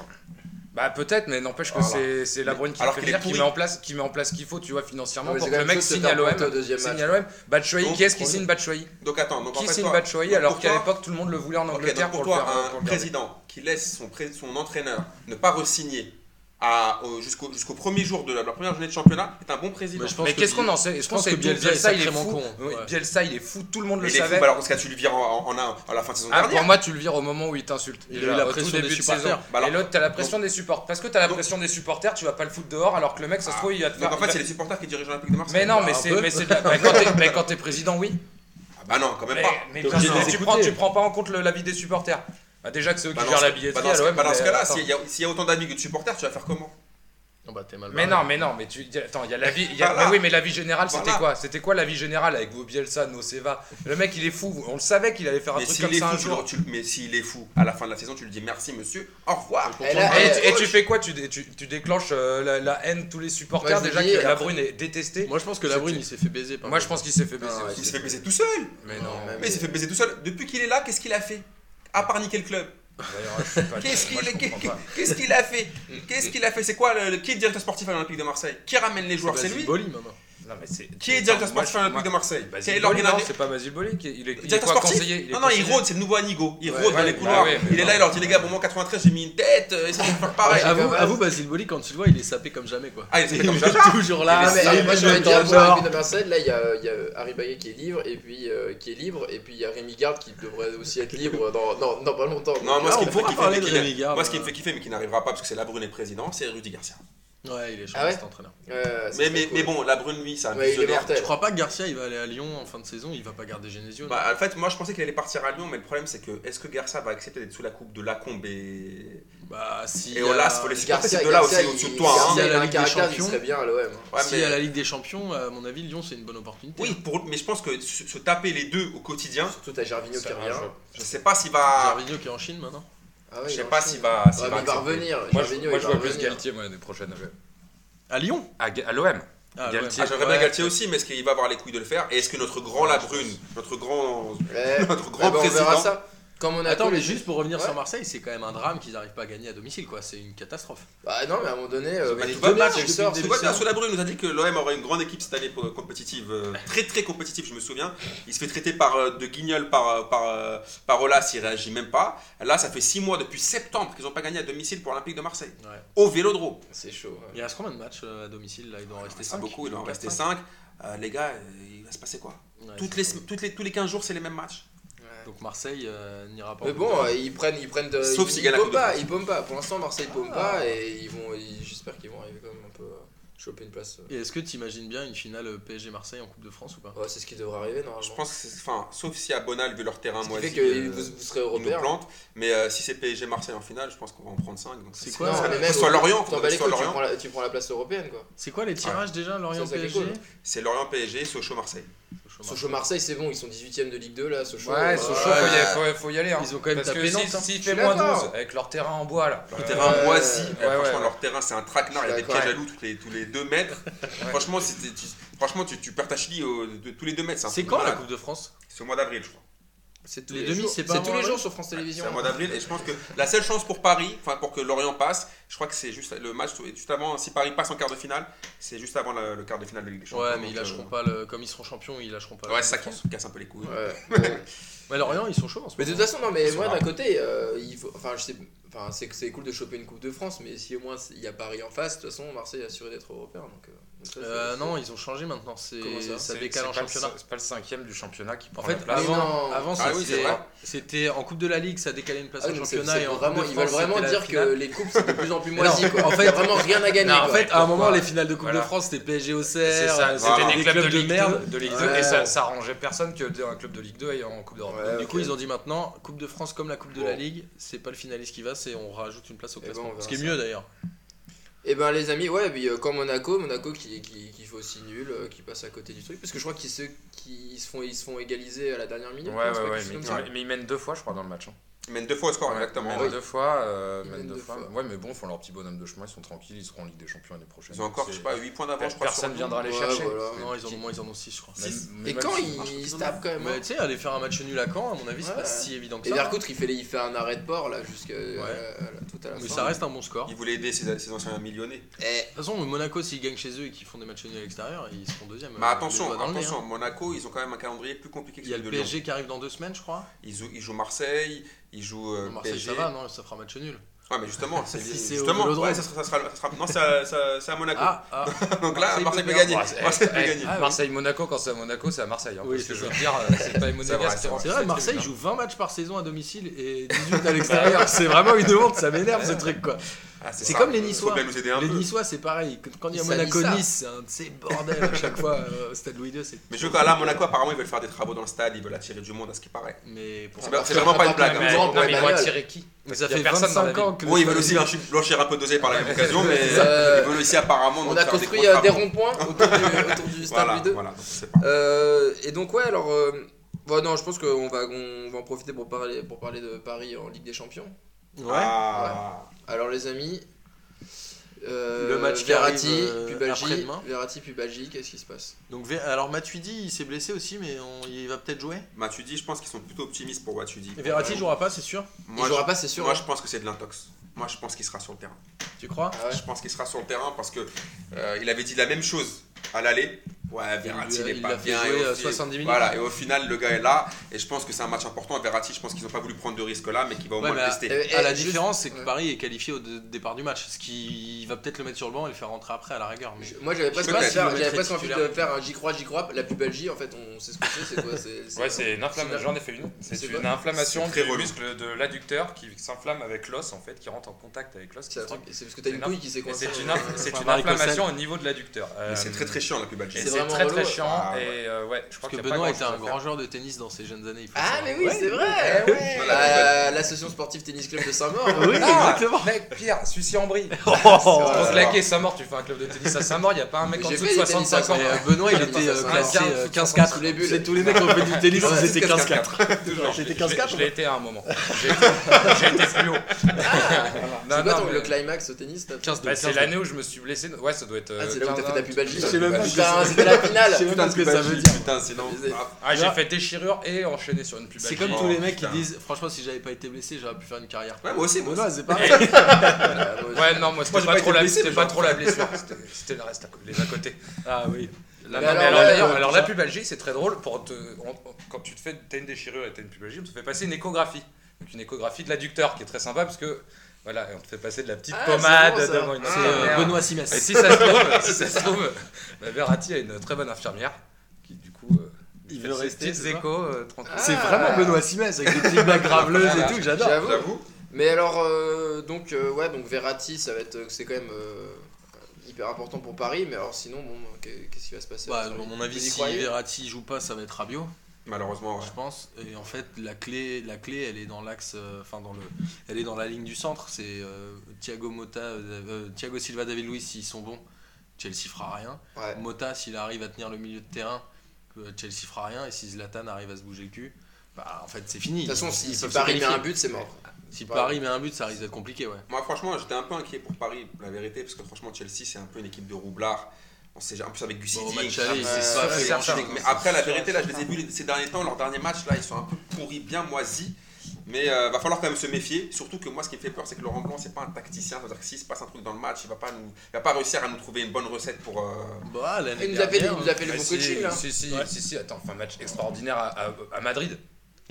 bah peut-être, mais n'empêche que
Voilà.
c'est c'est la Brune qui,
Alors
fait
qu'il est
venir, qui
pourri.
met en place, qui met en place ce qu'il faut, tu vois, financièrement
Non, mais
pour
c'est
que
quand
le
même
mec
chaud de
signe
faire
à l'OM.
planter au deuxième
Signe
match.
à l'OM. Batshuayi,
Donc,
qui est-ce qui
on-
signe Batshuayi
Donc attends, donc en
Qui
fait,
signe
toi-
Batshuayi
donc,
alors
pour
qu'à
toi-
l'époque tout le monde le voulait en
Ok,
Angleterre
donc pour
pour le
toi,
faire hein.
un
pour le garder.
président qui laisse son, pré- son entraîneur ne pas re-signer à- au- jusqu'au jusqu'au premier jour de la, la première journée de championnat est un bon président.
Mais je pense
Mais
que
qu'est-ce qu'on
Biel-
en sait Je
pense
pense que
que Bielsa est
Bielsa, il est
sacrément
fou.
con.
Oui,
Ouais.
Bielsa, il est fou, tout le monde
Mais
le
il est fou,
savait.
bah alors qu'est-ce que tu le vires en, en- en- à la fin de saison
Ah,
dernière
pour moi, tu le vires au moment où il t'insulte.
Il a
Déjà,
eu la
au tout
pression
début
des
de
supporters.
saison.
Bah alors-
et l'autre, t'as la pression des supporters. Parce que t'as la
Donc-
pression des supporters, tu vas pas le foutre dehors alors que le mec, ça se
Ah.
trouve, il va te faire.
Donc en
il
fait,
va-
c'est les supporters qui dirigent l'Olympique de Marseille.
mais non,
Bah,
mais
un
c'est
peu.
mais c'est de la- bah, quand t'es- mais quand t'es président, oui.
Ah bah non, quand même
Mais,
pas.
mais
T'es
parce
obligé de
que
les
tu prends,
écouter.
tu prends pas en compte le- l'avis des supporters. Bah, déjà que c'est eux qui
Bah, dans
gèrent
ce-
la
bah,
billetterie.
dans ce-
à l'OM,
bah, dans ce
mais,
cas-là,
attends.
s'il y, a- s'il y a autant d'amis que de supporters, tu vas faire comment
Non, bah, t'es mal
Mais
barré.
non, mais non, mais tu, attends, il y a la vie, il y a-
Voilà.
mais oui, mais la vie générale, c'était
Voilà.
quoi C'était quoi la vie générale avec vos Bielsa, Noceva Le mec, il est fou. On le savait qu'il allait faire un
Mais
truc
s'il
comme
est
ça un
fou, tu
jour.
le- tu le- mais s'il est fou, à la fin de la saison, tu lui dis merci monsieur, au revoir.
Et là,
Et,
eh,
tu- et tu fais quoi tu, dé- tu- tu déclenches euh, la, la haine de tous les supporters
Moi, je
déjà
dis,
que
et
la
après-
brune est détestée. Moi,
Moi je pense que la brune il s'est fait baiser par
je pense qu'il s'est fait baiser.
Ah ouais,
aussi.
Il s'est fait baiser tout seul.
Ah, Mais
Non,
non.
même-
Mais il s'est fait baiser tout seul. Depuis qu'il est là, qu'est-ce qu'il a fait À part niquer le club.
D'ailleurs, je suis pas-
Qu'est-ce
moi,
qu'il
je comprends pas.
qu'est-ce qu'il a fait Qu'est-ce qu'il a fait C'est quoi le, le- qui est le directeur sportif à l'Olympique de Marseille Qui ramène les joueurs C'est
Basile
lui
Boli maintenant.
Non, mais c'est-
Qui est
Attends,
directeur
moi,
sportif
je-
à l'Olympique de
moi-
Marseille
Basile
Quel est
Boli,
l'organisateur
non, c'est pas Basile Boli qui est- il est, il est
Directeur
quoi
sportif
conseiller est
Non, non, il
conseiller
rôde, c'est le nouveau Anigo. Il
Ouais,
rôde dans
ouais,
les
bah
couloirs.
ouais, mais
il est là,
non.
il leur dit les gars, bon, moi 93, j'ai mis une tête, euh, essayez de faire pareil.
à vous,
Gavaz.
à vous, Basile Boli, quand tu le vois, il est sapé comme jamais quoi.
Ah, il est sapé
Il
comme
est
Jaja.
toujours là.
Ah, mais, allez,
il
moi
est
j'aurais été
bien
à pour la
fort.
ville de Marseille. Là, il y a, il y a Harry Baillet qui est libre, et puis euh, qui est libre, et puis il y a Rémi Garde qui devrait aussi être libre dans, dans, dans pas longtemps.
Non,
là,
moi, ce qui
on-
on
me fait
pourra
kiffer,
parler
mais
de
qui n'a-
Rémi Gard,
moi, ce qui me
euh.
fait kiffer, mais qui n'arrivera pas parce que c'est la brune est président, c'est Rudy Garcia.
Ouais, il est chaud
Ah ouais
cet entraîneur.
Euh, ça
Mais,
serait
mais,
cool.
mais bon, la brune, lui, c'est un
Ouais, il est
visionnaire.
Je
mortel.
crois pas que Garcia il va aller à Lyon en fin de saison, il va pas garder Genesio. non
Bah, en fait, moi, je pensais qu'il allait partir à Lyon, mais le problème, c'est que est-ce que Garcia va accepter d'être sous la coupe de Lacombe et.
Bah, si.
Et
euh,
Olas, faut les
si
supporter, c'est de là aussi
il-
au-dessus de toi.
Garcia,
hein.
S'il y a
il
la
a un
Ligue des
caractère, il
Champions.
serait bien à l'OM.
Ouais, mais-
à la Ligue des Champions, à mon avis, Lyon c'est une bonne opportunité. Hein.
Oui, pour- mais je pense que se, se taper les deux au quotidien,
Surtout t'as Gervinho qui
Ça,
revient.
je-
je sais pas s'il va.
Gervinho qui est en Chine maintenant.
Ah ouais,
Je
il
sais
est en
pas
Chine.
s'il va. s'il
Ouais, mais il va
accepter.
revenir.
Moi, je,
Gervinho,
moi,
il
je
va
vois plus
revenir.
Galtier, moi, l'année prochaine.
À Lyon
À, Ga- à l'OM.
ah,
Galtier.
Ah, j'aimerais bien
Ouais.
Galtier aussi, mais est-ce qu'il va avoir les couilles de le faire Et est-ce que notre grand La Brune, notre grand,
Ouais.
notre
Ah
grand
bah, on verra
président,
ça. Comme on a
Attends,
tous
mais
les-
juste pour revenir
Ouais.
sur Marseille, c'est quand même un drame qu'ils n'arrivent pas à gagner à domicile, quoi. C'est une catastrophe.
Bah non, mais à un moment donné, euh, mais
Bah, tu
les
vas
deux
bien,
matchs,
tu-
il sort.
tu-
c'est
Tu vois,
ça.
Sous la Brune nous a dit que l'OM aurait une grande équipe cette année pour- compétitive, euh, très très compétitive, je me souviens. Il se fait traiter par euh, de guignol par, euh, par, euh, par Olas, il réagit même pas. Là, ça fait 6 mois depuis septembre qu'ils n'ont pas gagné à domicile pour l'Olympique de Marseille.
Ouais.
Au vélodrome.
C'est chaud. ouais.
Il reste combien de matchs euh, à domicile là Il doit en rester
C'est
5.
beaucoup, il en restait 5. les gars, euh, il va se passer quoi toutes les, sem- toutes les, Tous les 15 jours, c'est les mêmes matchs.
Donc Marseille euh, n'ira pas.
Mais
en
bon,
Coupe
euh, ils prennent, ils prennent de.
Sauf
ils-
s'ils
ils
gagnent la
paument
Coupe de
pas,
France.
ils paument pas. Pour l'instant, Marseille paume
Ah.
pas et ils vont. ils- J'espère qu'ils vont arriver quand même un peu à choper une place. euh.
de- Et est-ce que tu imagines bien une finale euh, PSG Marseille en Coupe de France ou pas
Ouais, c'est ce qui devrait arriver normalement.
Je pense que c'est. Enfin, sauf si à Bonal, vu leur terrain
Ce qui
moisi,
fait que
euh,
vous, vous serez
ils nous
européen.
plantent. Mais euh, si c'est PSG Marseille en finale, je pense qu'on va en prendre 5.
C'est
Non,
quoi
mais
ça
même,
soit Lorient,
t'en bats les
soit
couilles, tu
Lorient.
prends la- tu prends la place européenne quoi.
C'est quoi les tirages déjà Lorient
Ça, ça fait
PSG
cool.
C'est Lorient PSG, Sochaux Marseille.
Sochaux, Marseille.
Sochaux Marseille c'est bon, ils sont 18ème de Ligue 2 là, Sochaux.
Ouais,
euh,
Sochaux,
ouais.
faut, y aller, faut, faut y aller. hein.
Ils ont quand même
Parce
tapé
que si,
Nantes, hein.
s'il
Je
fait
suis
moins
d'accord.
12, avec leur terrain en bois là.
Le terrain
ouais.
moisi,
Ouais,
eh, Euh, franchement,
ouais.
leur terrain c'est un traquenard, il y a des
D'accord.
pièges à loups tous les, tous les 2 mètres. Franchement, si t'es- tu, franchement tu, tu perds ta chili au- de- tous les 2 mètres. un
C'est
truc
quand la
malade.
Coupe de France
C'est au mois d'avril, je crois.
C'est tous
Les
les
demi,
jours.
c'est
c'est tous
pas avant
les jours
avril
sur France
C'est
Télévisions. hein.
au mois d'avril et je pense que la seule chance pour Paris, enfin pour que Lorient passe, je crois que c'est juste le match, juste avant, si Paris passe en quart de finale, c'est juste avant la- le quart de finale de Ligue des Champions.
Ouais, mais ils
donc,
lâcheront
euh,
pas le. Comme ils seront champions, ils lâcheront pas. la
Ouais,
Coupe
c'est ça
de
qui
France.
casse un peu les couilles.
Ouais, bon.
Mais Lorient, ils sont chauds en ce
Mais de
moment.
toute façon, non, mais
Ils sont
moi
là.
d'un côté, euh, il faut, enfin, je sais, enfin, c'est que c'est cool de choper une Coupe de France, mais si au moins c'est- il y a Paris en face, de toute façon, Marseille est assuré d'être européen. Donc, euh, donc ça,
Euh,
c'est-
non, ils ont changé maintenant. C'est
Comment ça
ça,
C'est-
décale en
c'est pas le
championnat.
cin- C'est pas le cinquième du championnat qui
En
prend
fait,
la place.
Mais non.
avant, avant,
Ah
ça,
oui, c'est
c'était-
vrai.
c'était en Coupe de la Ligue, ça décalait une place
Ah,
au
donc c'est-
championnat.
c'est
et en
vraiment,
Coupe de
ils veulent
France,
vraiment
c'était la
dire
finale.
que les coupes c'est de plus en plus
Mais non,
moisi. quoi.
en fait-
Il y a vraiment rien à gagner.
Non, en
quoi.
fait, à un moment,
Pourquoi
les finales de Coupe
Voilà.
de France, c'était PSG au
C'est ça,
voilà.
c'était des clubs de, Ligue
merde.
2, de Ligue 2
Ouais.
et ça, ça arrangeait personne qu'un club de Ligue 2 aille en Coupe d'Europe.
Ouais,
Du
ok.
coup, ils ont dit maintenant, Coupe de France comme la Coupe de
Bon.
la Ligue, c'est pas le finaliste qui va, c'est on rajoute une place au
Eh ben,
classement.
on
Ce
verra
qui est
ça.
mieux d'ailleurs.
Et ben les amis, ouais, puis, euh, quand Monaco, Monaco qui, qui, qui fait aussi nul, euh, qui passe à côté du truc, parce que je crois qu'ils se, qui se, font, ils se font égaliser à la dernière minute.
Ouais,
non,
ouais,
c'est pas
ouais,
quelque chose
mais,
comme ça
ils- mais ils mènent deux fois, je crois, dans le match. hein.
Ils mènent deux fois au score,
Ouais,
exactement.
Mènent
Oui.
deux fois, euh,
Ils
mènent
mènent
deux
deux
fois.
fois.
Ouais, mais bon, ils font leur petit bonhomme de chemin, ils sont tranquilles, ils seront en Ligue des Champions l'année prochaine.
Ils ont encore,
C'est-
je sais pas, 8 points d'avance, je crois.
Personne
sur
viendra les
Ouais,
chercher.
voilà.
Mais-
Non, ils en ont, moins, ils en ont 6, je crois.
même-
Six.
mais
Et
même
quand
si-
ils ils se tapent quand même. hein.
Mais tu sais, aller faire un match nul à Caen, à mon avis, c'est
Ouais.
pas si évident que
Et
ça.
Vercoutre, il fait, il fait un arrêt de port là, jusqu'à à la- à la- tout à la fin.
Mais ça reste un bon score.
Ils voulaient aider ses, ses anciens millionnaires.
Eh,
De toute façon, Monaco, s'ils gagnent chez eux et qu'ils font des matchs nuls à l'extérieur, ils seront deuxième.
Mais
euh,
Bah, attention,
les doigts dans le nez,
attention,
hein.
Monaco, ils ont quand même un calendrier plus compliqué que
Il y a
celui
le
de Lyon.
PSG qui arrive dans deux semaines, je crois.
Ils jouent, ils jouent Marseille, ils jouent euh,
Marseille,
PSG.
ça va, non Ça fera match nul.
Ouais, mais justement, c'est
Si c'est au
justement,
Vélodrome.
ouais, ça sera, ça sera- ça sera- non, c'est à, ça- c'est à Monaco.
Ah, ah.
Donc là,
Marseille
Marseille
peut
peut gagner.
Ouais,
perdre.
c'est-
Marseille peut
eh,
gagner.
Ah oui.
Marseille-Monaco, quand c'est à Monaco, c'est à Marseille. hein,
Oui,
parce que
c'est
je veux dire, euh, c'est pas
C'est
Monégasque,
vrai, c'est
c'est
vrai.
C'est vrai,
c'est
Marseille
triste,
joue 20 matchs par saison à domicile et 18 à l'extérieur. c'est vraiment une honte, ça m'énerve ce truc quoi.
Ah,
C'est
ça,
comme les
faut
Niçois.
bien nous aider un
Les
peu.
Niçois, c'est pareil. Quand- Quand il y a
Ils
Monaco-Nice,
salissent
c'est un de ces bordels à chaque fois. euh, au Stade Louis II, c'est.
Mais je veux qu'à là, Monaco, apparemment, ils veulent faire des travaux dans le stade, ils veulent attirer du monde à ce qui paraît.
Mais pour
C'est
ça.
pas- c'est vraiment pas une
Attends,
blague.
hein.
mais-
hein.
Mais-
Ils ont
non,
encore
mais ils vont
Bayern.
attirer qui
Mais ça
Il y a
fait
personne dans la
25 ans que.
Bon, ils veulent aussi blanchir, blanchir un peu d'oseille par la même occasion, mais
Euh,
ils veulent aussi apparemment. donc,
On a
faire
construit
gros
euh, des
travaux.
ronds-points autour du, autour du Stade
Voilà,
Louis II.
voilà, donc c'est pas.
Euh, et donc ouais alors euh, bon, non je pense qu'on va on va en profiter pour parler pour parler de Paris en Ligue des Champions.
Ouais.
Ah.
Alors les amis, euh,
Le match qui
Verratti,
arrive, euh,
puis Belgique.
après-demain.
Verratti, puis Belgique, qu'est-ce qui se passe
Donc, Ve- alors Matuidi, il s'est blessé aussi, mais on- il va peut-être jouer.
Matuidi, je pense qu'ils sont plutôt optimistes pour Matuidi.
Eh
Verratti
Euh,
jouera pas, c'est sûr.
Il
moi,
jouera
je-
pas, c'est sûr.
moi,
hein.
je pense que c'est de l'intox. Moi, je pense qu'il sera sur le terrain.
Tu crois
Ah ouais.
Je pense qu'il sera sur le terrain parce que euh, il avait dit la même chose à l'aller. Ouais, Verratti
Il lui a-
n'est
il
pas
l'a fait
bien.
jouer,
et au
euh,
fi-
70 minutes.
Voilà, et au final, le gars est là. Et je pense que c'est un match important. Verratti, je pense qu'ils n'ont pas voulu prendre de risque là, mais qu'il va au
Ouais,
moins
mais
le
à-
tester.
Euh,
Ah, la
juste-
différence, c'est que
ouais.
Paris est qualifié au dé- départ du match, ce qui il va peut-être le mettre sur le banc et le faire rentrer après à la rigueur. Mais...
Je- Moi j'avais presque
sais pas
envie de
si
faire-
le
j'avais
mettrait
presque envie de
titulaire.
faire un j'y crois, j'y crois. La pub Belgique, en fait, on sait ce que c'est, c'est quoi c'est-
Ouais, c'est une
c'est-
inflammation. J'en ai fait une. C'est
c'est
une
pas-
inflammation
c'est très
du
relou.
muscle de l'adducteur qui s'inflamme avec l'os en fait, qui rentre en contact avec l'os. qui
C'est un
se
truc-
tend.
c'est parce que t'as
C'est
une
une
couille qui s'est
Et
coincée.
C'est une,
euh,
inf- c'est
Enfin,
une
Marie
inflammation au niveau de l'adducteur.
Mais
Euh,
c'est très très chiant la pub
et
algérienne.
C'est
c'est
vraiment
très très
relou.
chiant.
Ah, ouais.
Et euh, ouais, je crois
Parce que
qu'il y a pas
Benoît était
grand-chose
un
à
grand joueur de tennis dans ses jeunes années. il faut
Ah
savoir.
mais oui,
Ouais.
c'est vrai
Eh ouais.
Bah, euh, L'association sportive tennis club de Saint-Maur. euh,
Oui,
Ah,
exactement.
Mec, Pierre, Sucy-en-Brie.
Oh.
Pour
Ouais.
se laquer Saint-Maur, tu fais un club de tennis à Saint-Maur, il n'y a pas un mec
Mais
en
j'ai
dessous de
fait du tennis à
65 ans.
Mais, euh, Benoît, il était euh,
Ah,
classé
quinze,
euh,
sous
15-4.
les bulles.
C'est tous les mecs qui ont fait du tennis,
Ouais,
ils étaient 15-4.
Toujours.
J'étais
Je l'ai-
15-4.
Je l'ai été à un moment. J'ai été j'ai été plus haut. Non,
Ah. C'est quoi
non,
ton-
mais-
le climax au tennis t'as-
15
Bah, C'est l'année où je me suis blessé. Ouais, ça doit être. euh,
Ah, c'est là où t'as
15
fait
ans.
ta pub Belgique.
Je sais même pas
Putain, c'était la finale.
Putain, ce que ça veut dire. hein.
Putain, sinon.
Abusé.
ah,
Ah, j'ai
Là-
fait déchirure et enchaîné sur une pub.
C'est
algérienne.
comme
Oh,
tous les mecs qui
putain.
disent Franchement, si j'avais pas été blessé, j'aurais pu faire une carrière.
Ouais, moi aussi, moi
Benoît, c'est pareil.
Ah, ouais.
Ouais, non, moi
Moi,
c'était
j'ai
pas,
pas
trop
été
la
blessé,
c'était
mais
pas
genre-
trop la blessure. C'était- C'était le reste à côté, les à côté.
Ah oui.
Mais
Là, non, mais
alors,
alors,
ouais,
d'ailleurs,
ouais,
alors
ça.
la pubalgie, c'est très drôle. Pour te, on- quand tu te fais, t'as une déchirure et t'as une pubalgie, on te fait passer une échographie. Donc une échographie de l'adducteur qui est très sympa parce que voilà, on te fait passer de la petite
Ah,
pommade
c'est bon, ça.
devant une.
C'est
Ah,
euh,
merde.
Benoît
Et
Simès.
si ça se trouve, si ça se trouve, bah, Verratti a une très bonne infirmière qui du coup. euh,
Il
fait
veut
ses
rester,
petites
c'est ça
échos euh, tranquilles.
C'est
Ah.
vraiment Benoît Simès avec des petites blagues graveleuses et
Voilà.
tout, j'adore.
J'avoue.
J'avoue.
Mais alors, euh, donc, euh, ouais, donc Verratti, ça va être, euh, c'est quand même euh, hyper important pour Paris. Mais alors, sinon, bon, euh, qu'est- qu'est-ce qui va se passer
Bah,
à votre
à mon
Vous
avis,
y
si
croyez
Verratti joue pas, ça va être Rabiot,
Malheureusement, ouais.
je pense. Et en fait, la clé, la clé, elle est dans l'axe, euh, enfin dans le, elle est dans la ligne du centre. C'est euh, Thiago Mota, euh, euh, Thiago Silva, David Luiz, s'ils sont bons, Chelsea fera rien.
Ouais.
Mota, s'il arrive à tenir le milieu de terrain, euh, Chelsea fera rien. Et si Zlatan arrive à se bouger le cul, bah en fait, c'est fini.
De toute façon,
Ils
si,
peuvent
si
se
Paris met
qualifier.
un but, c'est mort.
Si Paris met un but, ça risque d'être compliqué, ouais.
Moi, franchement, j'étais un peu inquiet pour Paris, la vérité, parce que franchement, Chelsea, c'est un peu une équipe de roublards. On sait, en plus, avec Gucci.
Bon, au match aller, ils
euh,
se sont pas
c'est
fait
certain.
grand-chose.
Mais après, la vérité, là, je les ai vus ces derniers temps, leurs derniers matchs, là, ils sont un peu pourris, bien moisis. Mais euh, va falloir quand même se méfier. Surtout que moi, ce qui me fait peur, c'est que Laurent Blanc, c'est pas un tacticien. C'est-à-dire que s'il se passe un truc dans le match, il va pas, nous, il va pas réussir à nous trouver une bonne recette pour. euh,
Bah, l'année
Il nous a fait,
dernière,
il nous a fait le
Ouais,
bon
Bah, si,
coaching là.
Si, si,
Ouais.
si, si, attends, enfin, match extraordinaire à, à- à Madrid.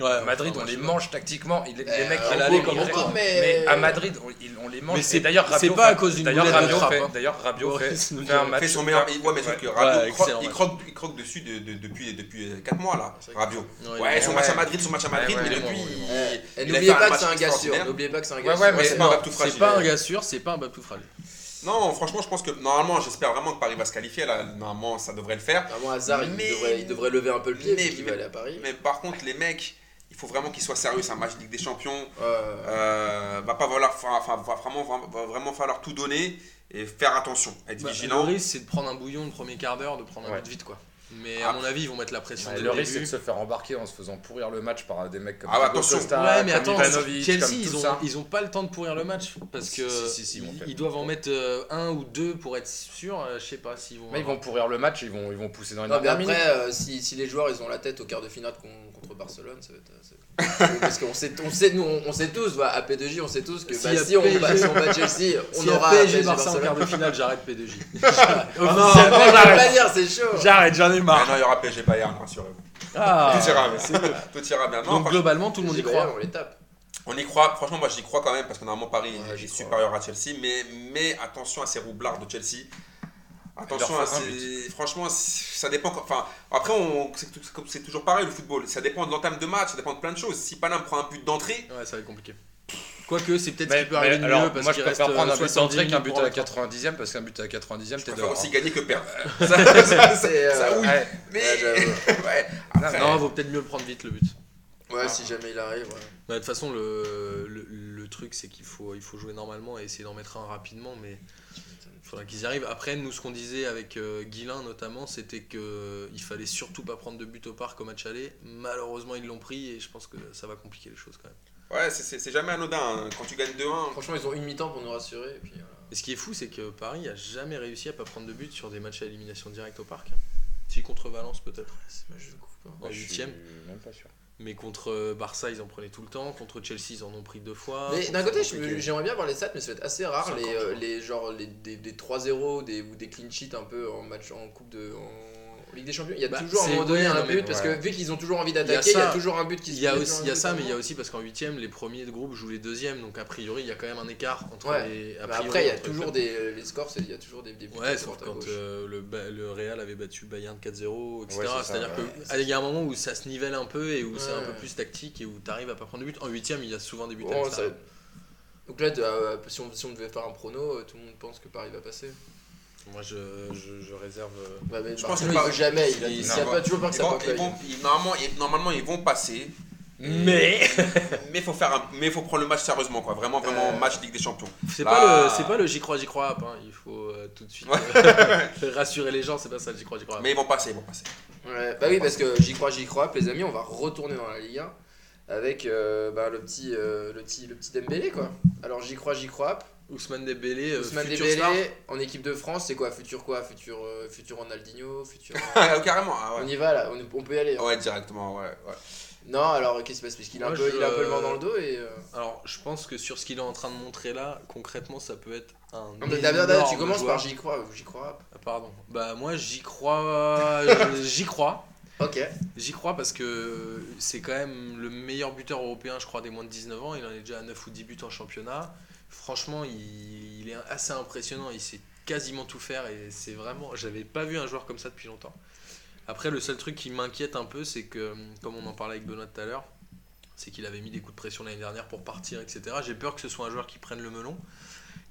euh, ouais,
Ah,
À Madrid,
enfin,
on
moi,
les
je-
mange tactiquement. Il- les
Euh,
mecs,
on
ils-
allait
ils-
contre
ils-
eux, mais-
mais... à Madrid, on- ils- on les mange.
Mais
Et
c'est-
d'ailleurs,
c'est
Rabiot
pas à
fait-
cause d'une
d'ailleurs,
boulette de
Rabiot
frappe,
fait-
hein.
D'ailleurs, Rabiot
Ouais,
fait,
c'est une
fait un
boulette.
match.
fait son meilleur. Ouais, mais sauf que Rabiot
Ouais,
croque,
excellent
il,
match.
croque, il croque dessus de- de- depuis, depuis 4 mois là,
C'est vrai que-
Rabiot.
Ouais,
Ouais,
il est-
son
ouais.
match à Madrid, son match à Madrid,
Ouais,
mais
ouais,
depuis.
ouais,
il-
Euh,
il a
N'oubliez
fait un
pas que
match
c'est un gars sûr.
extraordinaire.
N'oubliez pas que c'est un
Ouais,
gars
ouais,
sûr.
mais
c'est pas un
non,
bab tout fragile.
C'est pas un gars sûr, c'est pas un bab tout fragile.
Bah,
Non, franchement, je pense que normalement, j'espère vraiment que Paris va se qualifier. Là, normalement, ça devrait le faire.
Vraiment, Hazard, il,
Mais-
devrait, il devrait lever un peu le pied
mais-
parce qu'il va
mais-
aller à Paris.
Mais par contre, les mecs, il faut vraiment qu'ils soient sérieux. C'est un match de Ligue des Champions.
Euh,
Euh, va pas falloir, fa- enfin, va vraiment, va vraiment falloir tout donner et faire attention, être
Bah, le
vigilant.
risque, c'est de prendre un bouillon le premier quart d'heure, de prendre un
Ouais.
but vite, quoi. Mais à
Ah.
mon avis, ils vont mettre la pression
Ouais,
dès
le
le
risque, c'est
début.
de se faire embarquer en se faisant pourrir le match par des mecs comme
Ah, bah,
Thiago
attention.
Costa,
ouais, mais
comme
attends,
Ivanovic,
Chelsea,
comme tout
ils, ont,
ça.
ils ont pas le temps de pourrir le match parce
Si,
que
si, si, si, ils vont
ils,
faire.
ils doivent en mettre euh, un ou deux pour être sûr. euh, je sais pas s'ils vont.
Mais ils vont pourrir le match, ils vont, ils vont pousser dans les
non, mais
dernières minutes.
après, euh, si, si les joueurs ils ont la tête au quart de finale con- contre Barcelone, ça va être. ça va être- parce qu'on sait, on sait, nous, on sait tous, voilà, à P2J, on sait tous que
Si
bah,
y a
si, on
PSG
bat, si on bat Chelsea, on
si
aura
aura PSG
PSG
Barça en
Barcelone. Ah
quart de finale, j'arrête
Oh,
P2J.
Ça va
j'arrête.
pas dire, c'est chaud.
J'arrête, j'en ai
Ah, non, il y aura PSG Bayern, rassurez-vous.
Ah.
tout ira bien. Tout ira bien. Non,
Donc
par-
globalement, tout le monde y
J'y
croit.
vais, On les tape.
On y croit, franchement, moi j'y crois quand même parce que normalement Paris
Ouais,
est
j'y crois.
supérieur à Chelsea, mais, mais attention à ces roublards de Chelsea. Attention
Il
à
leur faut un
ces. Franchement, c'est- ça dépend. quand- Enfin, après, on... c'est tout- c'est comme- c'est toujours pareil le football. Ça dépend de l'entame de match, ça dépend de plein de choses. Si Paname prend un but d'entrée,
Ouais, ça va être compliqué. Quoique, c'est peut-être ce
Mais-
qui peut arriver
mais
de
alors,
mieux parce
moi je
qu'il
préfère
reste euh,
prendre un but d'entrée
d'entrée
qu'un but à la 90e parce qu'un but à la 90e
je
t'es
préfère
dehors.
aussi gagner que perdre. ça, ça-
C'est, euh,
ça, oui.
Ouais.
Mais.
Ouais,
Ah,
j'avoue.
ouais, après-
Non, vaut peut-être mieux le prendre vite le but.
Ouais, si jamais il arrive. ouais.
Bah, De toute façon, le, le, le truc, c'est qu'il faut, il faut jouer normalement et essayer d'en mettre un rapidement, mais il faudra qu'ils y arrivent. Après, nous, ce qu'on disait avec euh, Guilain notamment, c'était qu'il fallait surtout pas prendre de but au parc au match aller. Malheureusement, ils l'ont pris et je pense que ça va compliquer les choses quand même.
Ouais, c'est- c'est c'est jamais anodin. hein. Quand tu gagnes 2-1,
Franchement, ils ont une mi-temps pour nous rassurer. Et puis, euh, voilà.
Et ce qui est fou, c'est que Paris a jamais réussi à pas prendre de but sur des matchs à élimination directe au parc. Si contre Valence peut-être,
C'est pas juste le coup, hein.
en
Je suis
huitième.
même pas sûr.
Mais contre euh, Barça, ils en prenaient tout le temps. Contre Chelsea, ils en ont pris deux fois.
Mais
Contre-
d'un côté, je-
compliqué.
j'aimerais bien voir les stats, mais ça va être assez rare.
50,
les,
je
euh,
crois.
les, genre, les, des, des 3-0 des, ou des clean sheets un peu en match en Coupe de. En... Ligue des Champions, il y a
Bah,
toujours à un
c'est-
moment donné
ouais,
un
non, mais
but parce que
ouais.
vu qu'ils ont toujours envie d'attaquer, il y,
ça.
a toujours un but qui se
Il y a
fait,
aussi
un
il y a
but
ça,
par
mais il y a
moment.
aussi parce qu'en huitième, les premiers de groupe jouent les deuxièmes, donc a priori, il y a quand même un écart entre
Ouais.
les. a
Bah,
priori,
après, il y a
entre les
toujours
clubs.
des euh, les scores, c'est- il y a toujours des, des buts à
Ouais, sauf
droite, à
quand
gauche.
euh, le, Ba- le Real avait battu Bayern 4-0, etc.
Ouais, c'est ça,
C'est-à-dire
ouais.
que allez, il y a un moment où ça se nivelle un peu et où c'est un
Ouais. Oh,
peu plus tactique et où t'arrives à pas prendre de but. En huitième, il y a souvent des buts à
Bon,
l'extérieur.
ça- Donc là, de- euh, si, on, si on devait faire un prono, euh, tout le monde pense que Paris va passer.
Moi, je, je, je réserve. euh,
Bah, mais
Je
Barcelone,
pense que
il
Paris-
veut jamais, il, a-
il-
il
non,
a
bon,
pas toujours pas que
ils
ça
vont-
porte
ils
l'œil.
vont- ils- normalement, ils- normalement, ils vont passer.
Mais
Mais faut faire un- mais faut prendre le match sérieusement quoi. Vraiment vraiment
Euh,
match Ligue des Champions.
c'est
Bah.
pas le c'est pas le j'y crois j'y crois app, hein. il faut euh, tout de suite euh, rassurer les gens c'est pas ça le j'y crois j'y crois app.
Mais ils vont passer, ils vont passer.
Ouais, bah oui, parce que j'y crois, j'y crois, les amis, on va retourner dans la Ligue 1 avec euh, bah, le, petit, euh, le, petit, le petit Dembélé, quoi. Alors j'y crois, j'y crois.
Ousmane Dembélé euh,
Ousmane
futur
Dembélé
star.
en équipe de France, c'est quoi Futur quoi Futur, euh, futur Ronaldinho futur...
Ah, Carrément. Ah
On
ouais.
y va là, on, on peut y aller. hein.
Ouais, directement, ouais, ouais.
Non, alors qu'est-ce qui se passe Parce qu'il a, un
Moi,
peu-
je-
il a un peu le vent dans le dos et. euh,
alors je pense que sur ce qu'il est en train de montrer là concrètement ça peut être un
Non, mais d'abord, d'abord, tu
énorme
commences
joueur.
par j'y crois, j'y crois.
Ah, pardon bah moi j'y crois je- j'y crois
Ok.
J'y crois parce que c'est quand même le meilleur buteur européen, je crois, des moins de 19 ans. Il en est déjà à 9 ou 10 buts en championnat. Franchement, il, il est assez impressionnant. Il sait quasiment tout faire et c'est vraiment. J'avais pas vu un joueur comme ça depuis longtemps. Après, le seul truc qui m'inquiète un peu, c'est que, comme on en parlait avec Benoît tout à l'heure, c'est qu'il avait mis des coups de pression l'année dernière pour partir, etc. J'ai peur que ce soit un joueur qui prenne le melon.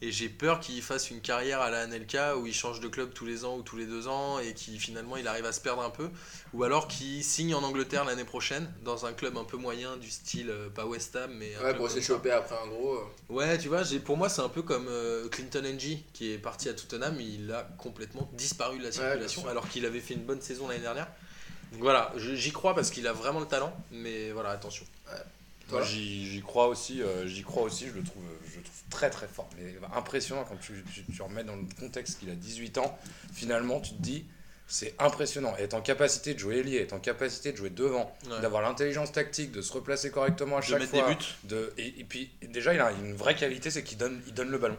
Et j'ai peur qu'il fasse une carrière à la Anelka où il change de club tous les ans ou tous les deux ans et qui finalement il arrive à se perdre un peu. Ou alors qu'il signe en Angleterre l'année prochaine dans un club un peu moyen du style euh, pas West Ham mais. un
Ouais,
club
pour se
comme ça.
choper après un gros. euh.
Ouais, tu vois, j'ai- pour moi c'est un peu comme euh, Clinton Ng qui est parti à Tottenham, il a complètement disparu de la
bien
circulation
sûr.
alors qu'il avait fait une bonne saison l'année dernière. Donc voilà, je- j'y crois parce qu'il a vraiment le talent, mais voilà, attention.
Toi,
Moi,
là
J'y j'y crois aussi, euh, j'y crois aussi, je le trouve, euh, je le trouve très très fort. Mais impressionnant quand tu, tu- tu remets dans le contexte qu'il a 18 ans, finalement tu te dis, c'est impressionnant. Être en capacité de jouer ailier, être en capacité de jouer devant,
Ouais.
d'avoir l'intelligence tactique, de se replacer correctement à
De
chaque
mettre
fois.
des buts,
de- et, et puis déjà il a une vraie qualité, c'est qu'il donne, il donne le ballon.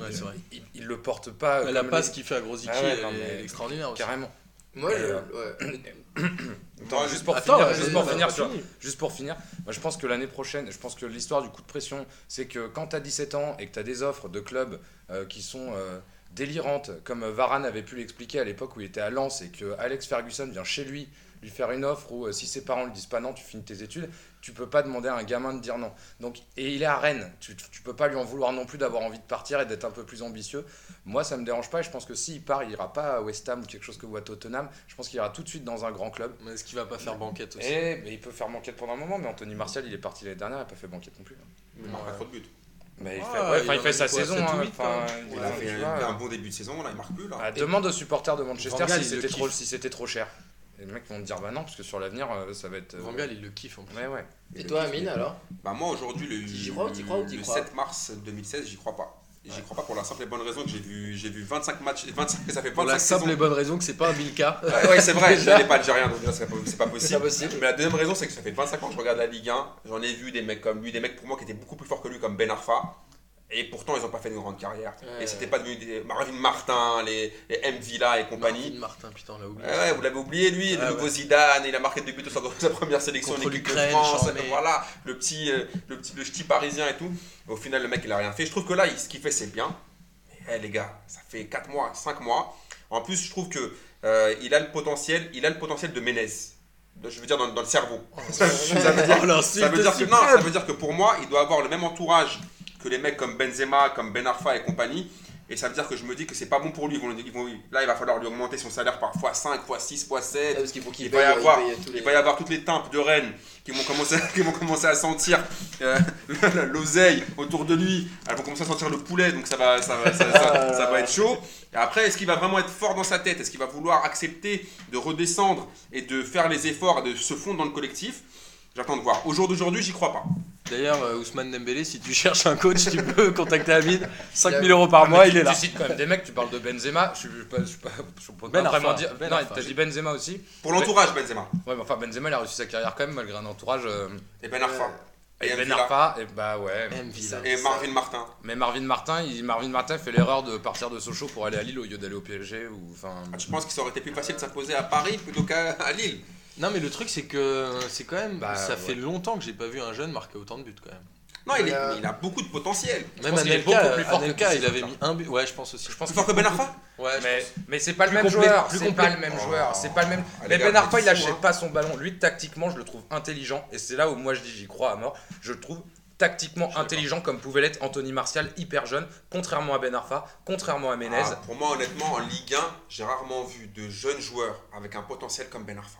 ouais, c'est vrai.
Il, il le porte pas. euh,
La
comme
passe
les-
qu'il fait à Grosicki,
Ah ouais, non,
elle est
mais-
euh, extraordinaire aussi.
Carrément.
Moi, je.
Euh,
Ouais.
Attends,
Moi,
juste pour
Attends,
finir,
euh,
juste pour
on a
finir
pas
sur,
fini.
Juste pour finir, moi je pense que l'année prochaine, je pense que l'histoire du coup de pression, c'est que quand tu as 17 ans et que tu as des offres de clubs euh, qui sont euh, délirantes, comme euh, Varane avait pu l'expliquer à l'époque où il était à Lens et que Alex Ferguson vient chez lui lui faire une offre où euh, si ses parents lui disent pas non, tu finis tes études, tu peux pas demander à un gamin de dire non. Donc, et il est à Rennes, tu, tu peux pas lui en vouloir non plus d'avoir envie de partir et d'être un peu plus ambitieux. Moi ça me dérange pas et je pense que s'il part, il ira pas à West Ham ou quelque chose que ou à Tottenham, je pense qu'il ira tout de suite dans un grand club.
Mais est-ce qu'il va pas faire banquette aussi
Eh, mais il peut faire banquette pendant un moment, mais Anthony Martial, il est parti l'année dernière, il n'a pas fait banquette non plus.
Il marque pas trop de buts.
Mais il
Ah,
fait, ouais,
il
enfin, il
en
fait
a
sa
mis quoi,
saison.
sept ou
hein,
huit,
enfin,
hein.
il
Il
est-
a fait
tu
un,
euh.
vois.
un bon début de saison, là, il marque plus là.
Ah, demande aux supporters de Manchester
Van Gaal,
si
il le
c'était trop,
kiffe.
si c'était trop cher. Et les mecs vont te dire bah non, parce que sur l'avenir, euh, ça va être. euh,
Van Gaal, il le kiffe en plus.
Ouais, ouais.
Et toi, Amine, alors
Bah moi aujourd'hui le,
T'y crois ou t'y crois ou t'y
le
crois
7 mars 2016 j'y crois pas. J'y crois pas pour la simple et bonne raison que j'ai vu j'ai vu 25 matchs 25 ça fait 25
Pour la simple
saisons.
et bonne raison que c'est pas un Milka.
Ouais, ouais, c'est vrai, je
Déjà.
n'ai pas algérien donc déjà, c'est pas, c'est pas
C'est pas
possible.
possible.
Mais la deuxième raison c'est que ça fait 25 ans que je regarde la Ligue 1, j'en ai vu des mecs comme lui, des mecs pour moi qui étaient beaucoup plus forts que lui comme Ben Arfa. Et pourtant, ils n'ont pas fait de grande carrière.
Ouais.
Et c'était pas devenu des Marvin Martin, les, les M. Villa et compagnie.
Martin, Martin, putain, on l'a oublié.
Ouais, ouais, vous l'avez oublié, lui,
Ah
le nouveau Zidane, il a marqué deux buts dans sa première sélection
Contre
en équipe de
l'Ukraine,
France.
charmé.
Voilà, le petit, euh, le petit, le ch'ti parisien et tout. Au final, le mec, il a rien fait. Je trouve que là, il- ce qu'il fait, c'est bien. Mais eh, les gars, ça fait 4 mois, 5 mois. En plus, je trouve que euh, il a le potentiel, il a le potentiel de Ménez. De- Je veux dire dans, dans le cerveau. ça, veut dire,
Oh, l'insulte
ça veut dire que non,
suprême.
ça veut dire que pour moi, il doit avoir le même entourage que les mecs comme Benzema, comme Ben Arfa et compagnie. Et ça veut dire que je me dis que c'est pas bon pour lui. Ils vont, ils vont- là, il va falloir lui augmenter son salaire par fois 5, fois 6, fois 7.
Ah, parce qu'il faut qu'il
il va y
paye,
avoir-
paye tous les-
Il va y avoir toutes les timpes de Rennes qui vont commencer, qui vont commencer à sentir euh, l'oseille autour de lui. Elles vont commencer à sentir le poulet, donc ça va, ça va, ça- ça- ça va être chaud. Et après, est-ce qu'il va vraiment être fort dans sa tête Est-ce qu'il va vouloir accepter de redescendre et de faire les efforts et de se fondre dans le collectif J'attends de voir. Au jour d'aujourd'hui, j'y crois pas.
D'ailleurs, euh, Ousmane Dembélé, si tu cherches un coach, tu peux contacter Amine. 5000
Il a-
euros par mois,
Ah, mais
il
tu-
est là.
Tu cites quand même des mecs, tu parles de Benzema, je ne peux pas, je suis pas- je peux pas
Ben Arfa,
vraiment dire.
Ben
non,
Arfa.
t'as dit Benzema aussi.
Pour l'entourage, Benzema.
Ouais, mais enfin, Benzema, il a réussi sa carrière quand même, malgré un entourage. euh,
Et Ben Arfa.
et
Ian
Ben
Villa.
Arfa, et bah ouais.
M. Villa.
Et Marvin Martin.
Mais Marvin Martin, il, Marvin Martin fait l'erreur de partir de Sochaux pour aller à Lille au lieu d'aller au PSG. Ou, enfin,
Ah, tu penses qu'il aurait été plus facile de s'imposer à Paris plutôt qu'à à Lille
Non, mais le truc, c'est que c'est quand même.
Bah,
ça
ouais.
fait longtemps que j'ai pas vu un jeune marquer autant de buts quand même.
Non, il, est-
Mais, euh,
il a beaucoup de potentiel.
Même
pense qu'il est
Anelka,
beaucoup plus fort que
Anelka,
Poussi,
il avait
genre.
mis un but. Ouais, je pense aussi.
je pense
Plus fort que Ben Arfa
Ouais, je
mais,
pense.
mais c'est pas le
Plus
même
complet-
joueur,
plus
c'est
complet.
pas le même joueur, c'est pas le même.
Ah, les
Mais
gars,
Ben Arfa,
vous
il
êtes
lâchait
fous, hein.
pas son ballon. Lui, tactiquement, je le trouve intelligent et c'est là où moi je dis j'y crois à mort. Je le trouve tactiquement intelligent comme pouvait l'être Anthony Martial, hyper jeune, contrairement à Ben Arfa, contrairement à Menez.
Ah, pour moi, honnêtement, en Ligue 1, j'ai rarement vu de jeunes joueurs avec un potentiel comme Ben Arfa.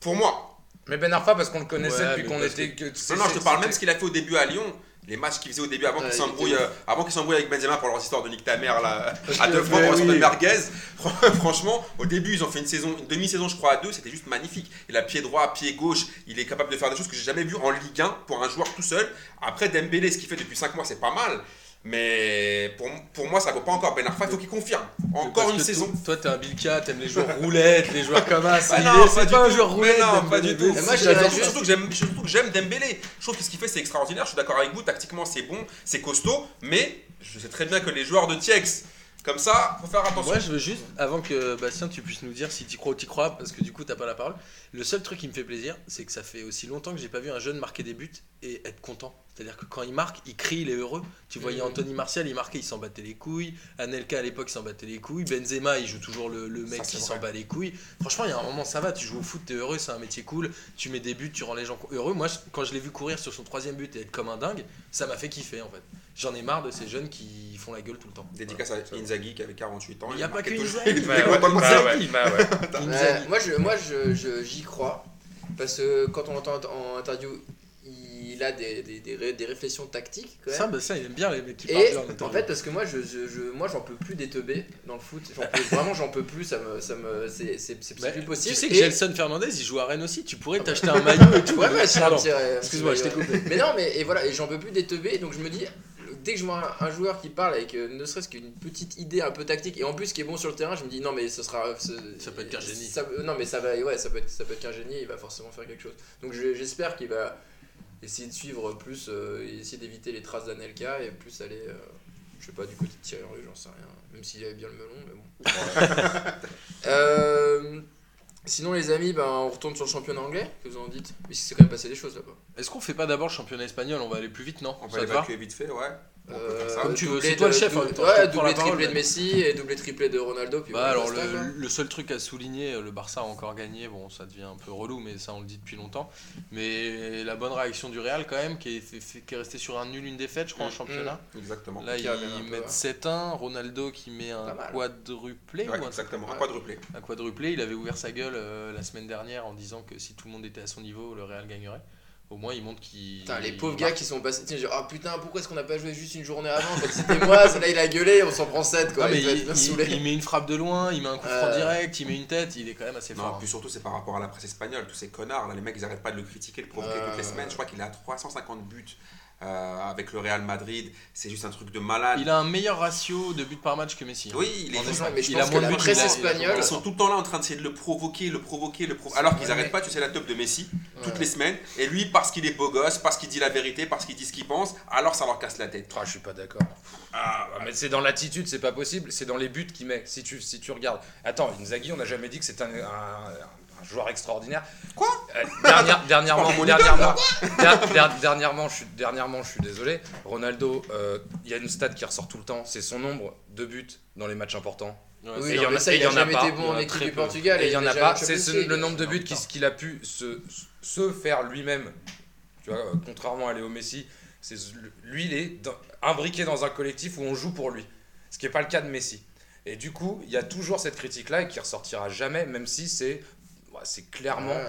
Pour moi.
Mais Ben Arfa parce qu'on le connaissait
Ouais,
depuis
mais
qu'on
parce
était que c'est-
Non, non, je te parle
c'était-
même ce qu'il a fait au début à Lyon. Les matchs qu'il faisait au début avant
Ouais,
qu'il
il était
s'embrouille
ouf.
euh, avant qu'il s'embrouille avec Benzema pour leur histoire de nique ta mère là, à
que-
deux fois
mais
pour la sorte de
oui.
merguez. Fran- Franchement, au début, ils ont fait une saison, une demi-saison, je crois, à deux. C'était juste magnifique. Il a pied droit, pied gauche. Il est capable de faire des choses que j'ai jamais vues en Ligue 1 pour un joueur tout seul. Après, Dembélé, ce qu'il fait depuis 5 mois, c'est pas mal. Mais pour, pour moi, ça vaut pas encore Ben Arfa. Il faut qu'il confirme. Encore
Parce
une
que
saison.
to- Toi, t'es un Bilka, t'aimes les joueurs roulettes, les joueurs comme ça. c'est
Bah
l'idée,
non,
c'est
du
pas un
tout.
joueur
Mais
roulette.
non,
Dembélé.
pas du tout.
Mais moi,
Je-
j'avais
je-
juste-
Surtout que j'aime, surtout que j'aime Dembélé. Je trouve que ce qu'il fait, c'est extraordinaire. Je suis d'accord avec vous. Tactiquement, c'est bon, c'est costaud. Mais je sais très bien que les joueurs de Tiex, comme ça, faut faire attention.
Moi, je veux juste, avant que Bastien, tu puisses nous dire si tu crois ou t'y crois, pas, parce que du coup, t'as pas la parole. Le seul truc qui me fait plaisir, c'est que ça fait aussi longtemps que j'ai pas vu un jeune marquer des buts et être content. C'est-à-dire que quand il marque, il crie, il est heureux. Tu voyais
Euh.
Anthony Martial, il marquait, il s'en battait les couilles. Anelka, à l'époque, il s'en battait les couilles. Benzema, il joue toujours le, le mec
Ça, c'est
qui
vrai.
s'en bat les couilles. Franchement, il y a un moment, ça va. Tu joues au foot, t'es heureux, c'est un métier cool. Tu mets des buts, tu rends les gens heureux. Moi, je- quand je l'ai vu courir sur son troisième but et être comme un dingue, ça m'a fait kiffer en fait. J'en ai marre de ces jeunes qui font la gueule tout le temps.
Dédicace à Inzaghi qui avait 48 ans.
Il n'y a pas que
marquait toujours.
Inzaghi.
Bah ouais, bah
ouais, bah ouais.
Inzaghi.
Ouais, moi, je, moi je, je- j'y crois. Parce que quand on l'entend en interview, il a des, des, des ré- des réflexions tactiques quand même.
Ça, bah, ça, il aime bien les mecs qui parlent
Et
bien
en fait, parce que moi, je, je, je- moi, j'en peux plus des teubés dans le foot. J'en peux- vraiment, j'en peux plus. Ça me, ça me, c'est, c'est, c'est
Bah,
plus possible.
tu sais que
Et-
Gelson Fernandez, il joue à Rennes aussi. Tu pourrais t'acheter un maillot et tout.
Ah bah. Ouais, ouais, c'est un
Pardon.
petit- euh,
Excuse-moi,
petit-
je t'ai
ouais. Mais non, mais et voilà, et j'en peux plus des teubés. Donc je me dis, dès que je vois un, un joueur qui parle avec euh, ne serait-ce qu'une petite idée un peu tactique, et en plus qui est bon sur le terrain, je me dis non, mais ce sera. euh, ce-
Ça peut être qu'un génie.
ça- euh, non, mais ça va, ouais, ça peut être, ça peut être qu'un génie, il va forcément faire quelque chose. Donc je- j'espère qu'il va essayer de suivre plus, euh, et essayer d'éviter les traces d'Anelka et plus aller. euh, je sais pas, du côté de Thierry Henry, j'en sais rien. Même s'il avait bien le melon, mais bon. Euh, sinon, les amis, ben, on retourne sur le championnat anglais. Que vous en dites Puisque c'est quand même passé des choses là-bas.
Est-ce qu'on fait pas d'abord le championnat espagnol On va aller plus vite, non
On va
Ça te va
l'évacuer vite fait, ouais. On peut faire ça.
Comme tu veux,
doublé
c'est toi
de-
le chef,
dou-
en même temps, je
ouais,
te prends la
doublé
parole,
triplé de
mais-
Messi et doublé triplé de Ronaldo. Puis
Bah,
voilà,
alors,
basta, quoi.
le, le seul truc à souligner, euh, le Barça a encore gagné. Bon, ça devient un peu relou, mais ça, on le dit depuis longtemps. Mais la bonne réaction du Real, quand même, qui est, qui est resté sur un nul, une défaite, je crois, en
Mm,
championnat.
Exactement.
Là,
Qui
ils
ramène un peu,
mettent
hein.
7-1. Ronaldo qui met un
Pas mal.
quadruplé
Ouais,
ou un
exactement. Un
Ouais.
quadruplé.
un quadruplé. Il avait ouvert sa gueule euh, la semaine dernière en disant que si tout le monde était à son niveau, le Real gagnerait. Au moins, il montre qu'il.
Putain, les
il
pauvres gars
marque.
qui sont passés. Tiens, genre, ah putain, pourquoi est-ce qu'on n'a pas joué juste une journée avant Quand c'était moi, là il a gueulé, on s'en prend 7 quoi.
Ah, mais
il doit
il,
être bien
il-
saoulé.
il met une frappe de loin, il met un coup franc
Euh.
direct, il met une tête, il est quand même assez
Non,
fort.
puis surtout, c'est par rapport à la presse espagnole. Tous ces connards, là, les mecs, ils arrêtent pas de le critiquer, de le provoquer
Ouais.
toutes les
Euh.
semaines. Je crois qu'il est à 350 buts euh, avec le Real Madrid. C'est juste un truc de malade.
hein. Il a un meilleur ratio de buts par match que Messi. hein.
Oui, il est
En
juste-
Ouais, mais je
il a
pense que
moins de
la
buts,
presse
il a- il a-
espagnole.
Ils sont tout le temps là en train d'essayer de le provoquer, le provoquer, le provoquer. Alors qu'ils
Ouais.
n'arrêtent pas, tu sais, la top de Messi toutes
Ouais.
les semaines. Et lui, parce qu'il est beau gosse, parce qu'il dit la vérité, parce qu'il dit ce qu'il pense, alors ça leur casse la tête.
Ah, je suis pas d'accord. Ah,
bah,
mais c'est dans l'attitude, c'est pas possible. C'est dans les buts qu'il met. Si tu, si tu regardes. Attends, Inzaghi, on n'a jamais dit que c'est un, un- un joueur extraordinaire.
Quoi
Euh, dernière- Dernièrement,
Pardon, mon idole,
dernièrement, der- der- dernièrement, je suis, dernièrement, je suis désolé. Ronaldo, euh, il y a une stat qui ressort tout le temps. C'est son nombre de buts dans les matchs importants.
Oui,
Ouais, c'est-
Et
non,
il y en
mais
a-
ça,
et
il
il y
a
en a
jamais
pas,
été
il y
bon
en
en
a
équipe
très
du
peu.
Portugal.
Et il y en a
déjà en
pas.
Champions
C'est ce-
League.
le nombre de
Non,
buts
putain.
qu'il qu'il a pu se, se faire lui-même. Tu vois, euh, contrairement à Léo Messi, c'est lui il est dans- imbriqué dans un collectif où on joue pour lui. Ce qui n'est pas le cas de Messi. Et du coup, il y a toujours cette critique-là et qui ressortira jamais, même si c'est ouais, c'est clairement
Ouais.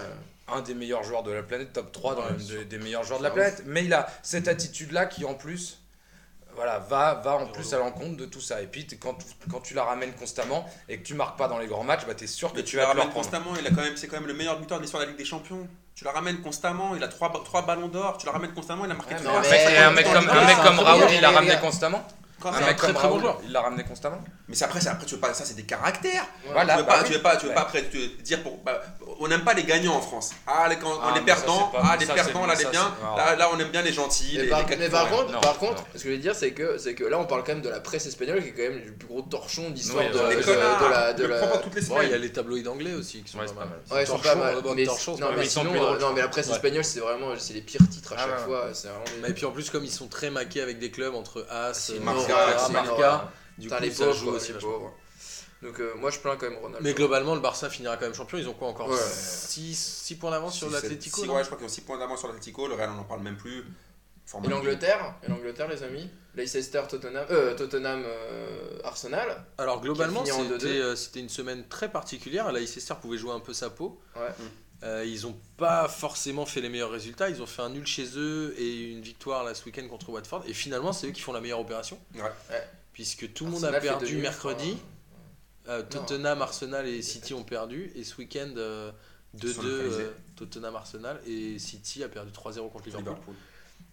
un des meilleurs joueurs de la planète, top 3 dans
Ouais,
le-
bien sûr.
des, des meilleurs joueurs de la
C'est
planète. Mais il a cette attitude-là qui, en plus,
voilà, va, va en plus à l'encontre de tout ça. Et puis t- quand, quand tu la ramènes constamment et que tu marques pas dans les grands matchs, bah, tu es sûr que
Mais
tu
Ah, tu
vas
la
te le
ramènes
reprendre.
constamment, il a quand même, c'est quand même le meilleur buteur de l'histoire de la Ligue des Champions. Tu la ramènes constamment, il a trois, ba- trois ballons d'or, tu la ramènes constamment, il a marqué
Ouais,
trois
mais
un
un
mec-
mec, un
buts
mec
dans
comme,
le
un
match.
mec comme
c'est un très
Raoul,
bon
il l'a
joueur.
ramené constamment.
Quand
Un
c'est
mec
un-
comme
très bon
Raoul,
joueur.
il l'a ramené constamment.
Mais c'est après, c'est- après, tu veux pas, ça c'est des caractères.
Voilà,
tu veux
bah
pas,
oui.
tu veux pas, tu veux
Ouais.
pas après te dire pour. bah, on n'aime pas les gagnants en France. Ah, les, quand,
Ah,
on les
mais ça,
perdants,
c'est pas-
ah, les
ça,
perdants,
c'est-
là,
ça,
les bien.
c'est- alors.
Là, là, on aime bien les gentils.
Mais
les-
par,
les quatre
mais par
fois, ouais.
contre,
Non,
par contre,
non.
ce que je veux dire, c'est que, c'est que là, on parle quand même de la presse espagnole qui est quand même le plus gros torchon d'histoire
Oui,
de,
euh,
de- de
Les connards,
la. de
ils le
la-
prend pas toutes les
Bon, il y a
semaines.
les tabloïds anglais aussi qui sont
Ouais,
pas,
c'est pas
mal.
mal.
Ouais, ils sont pas
Torchon,
mal.
euh, bon,
Mais,
torchon, c'est
non,
pas
mais
mal.
ils sont
sinon,
plus drôles,
euh, non, mais la presse
Ouais.
espagnole, c'est vraiment c'est les pires titres à
Ah,
chaque
ouais.
fois. C'est vraiment des-
Mais puis en plus, comme ils sont très maqués avec des clubs entre As,
c'est
Marca,
Nora,
Marca,
c'est
Marca, du coup,
Putain, les
ça
pauvres,
joue
quoi,
aussi.
les
vachement.
pauvres. Donc, euh, moi, je plains quand même Ronaldo.
Mais globalement, le Barça finira quand même champion. Ils ont quoi encore
Ouais.
6 points d'avance sur
Six, sept,
l'Atlético
six,
non
Ouais, je crois qu'ils ont 6 points d'avance sur l'Atletico, le Real, on n'en parle même plus. Enfin,
Et l'Angleterre Et l'Angleterre, les amis Leicester, Tottenham, euh, Tottenham euh, Arsenal.
Alors globalement,
Qui a fini en
c'était
2-2.
euh, c'était une semaine très particulière. Leicester pouvait jouer un peu sa peau.
Ouais.
Euh, ils n'ont pas forcément fait les meilleurs résultats. Ils ont fait un nul chez eux et une victoire là, ce week-end contre Watford. Et finalement, c'est eux qui font la meilleure opération.
Ouais.
Ouais.
Puisque tout le monde a
Arsenal fait
perdu
demi,
mercredi.
enfin,
Euh, Tottenham, Arsenal et City ont perdu. Et ce week-end, euh, 2-2
sont localisés.
euh, Tottenham, Arsenal et City a perdu 3-0 contre Liverpool.
Liverpool.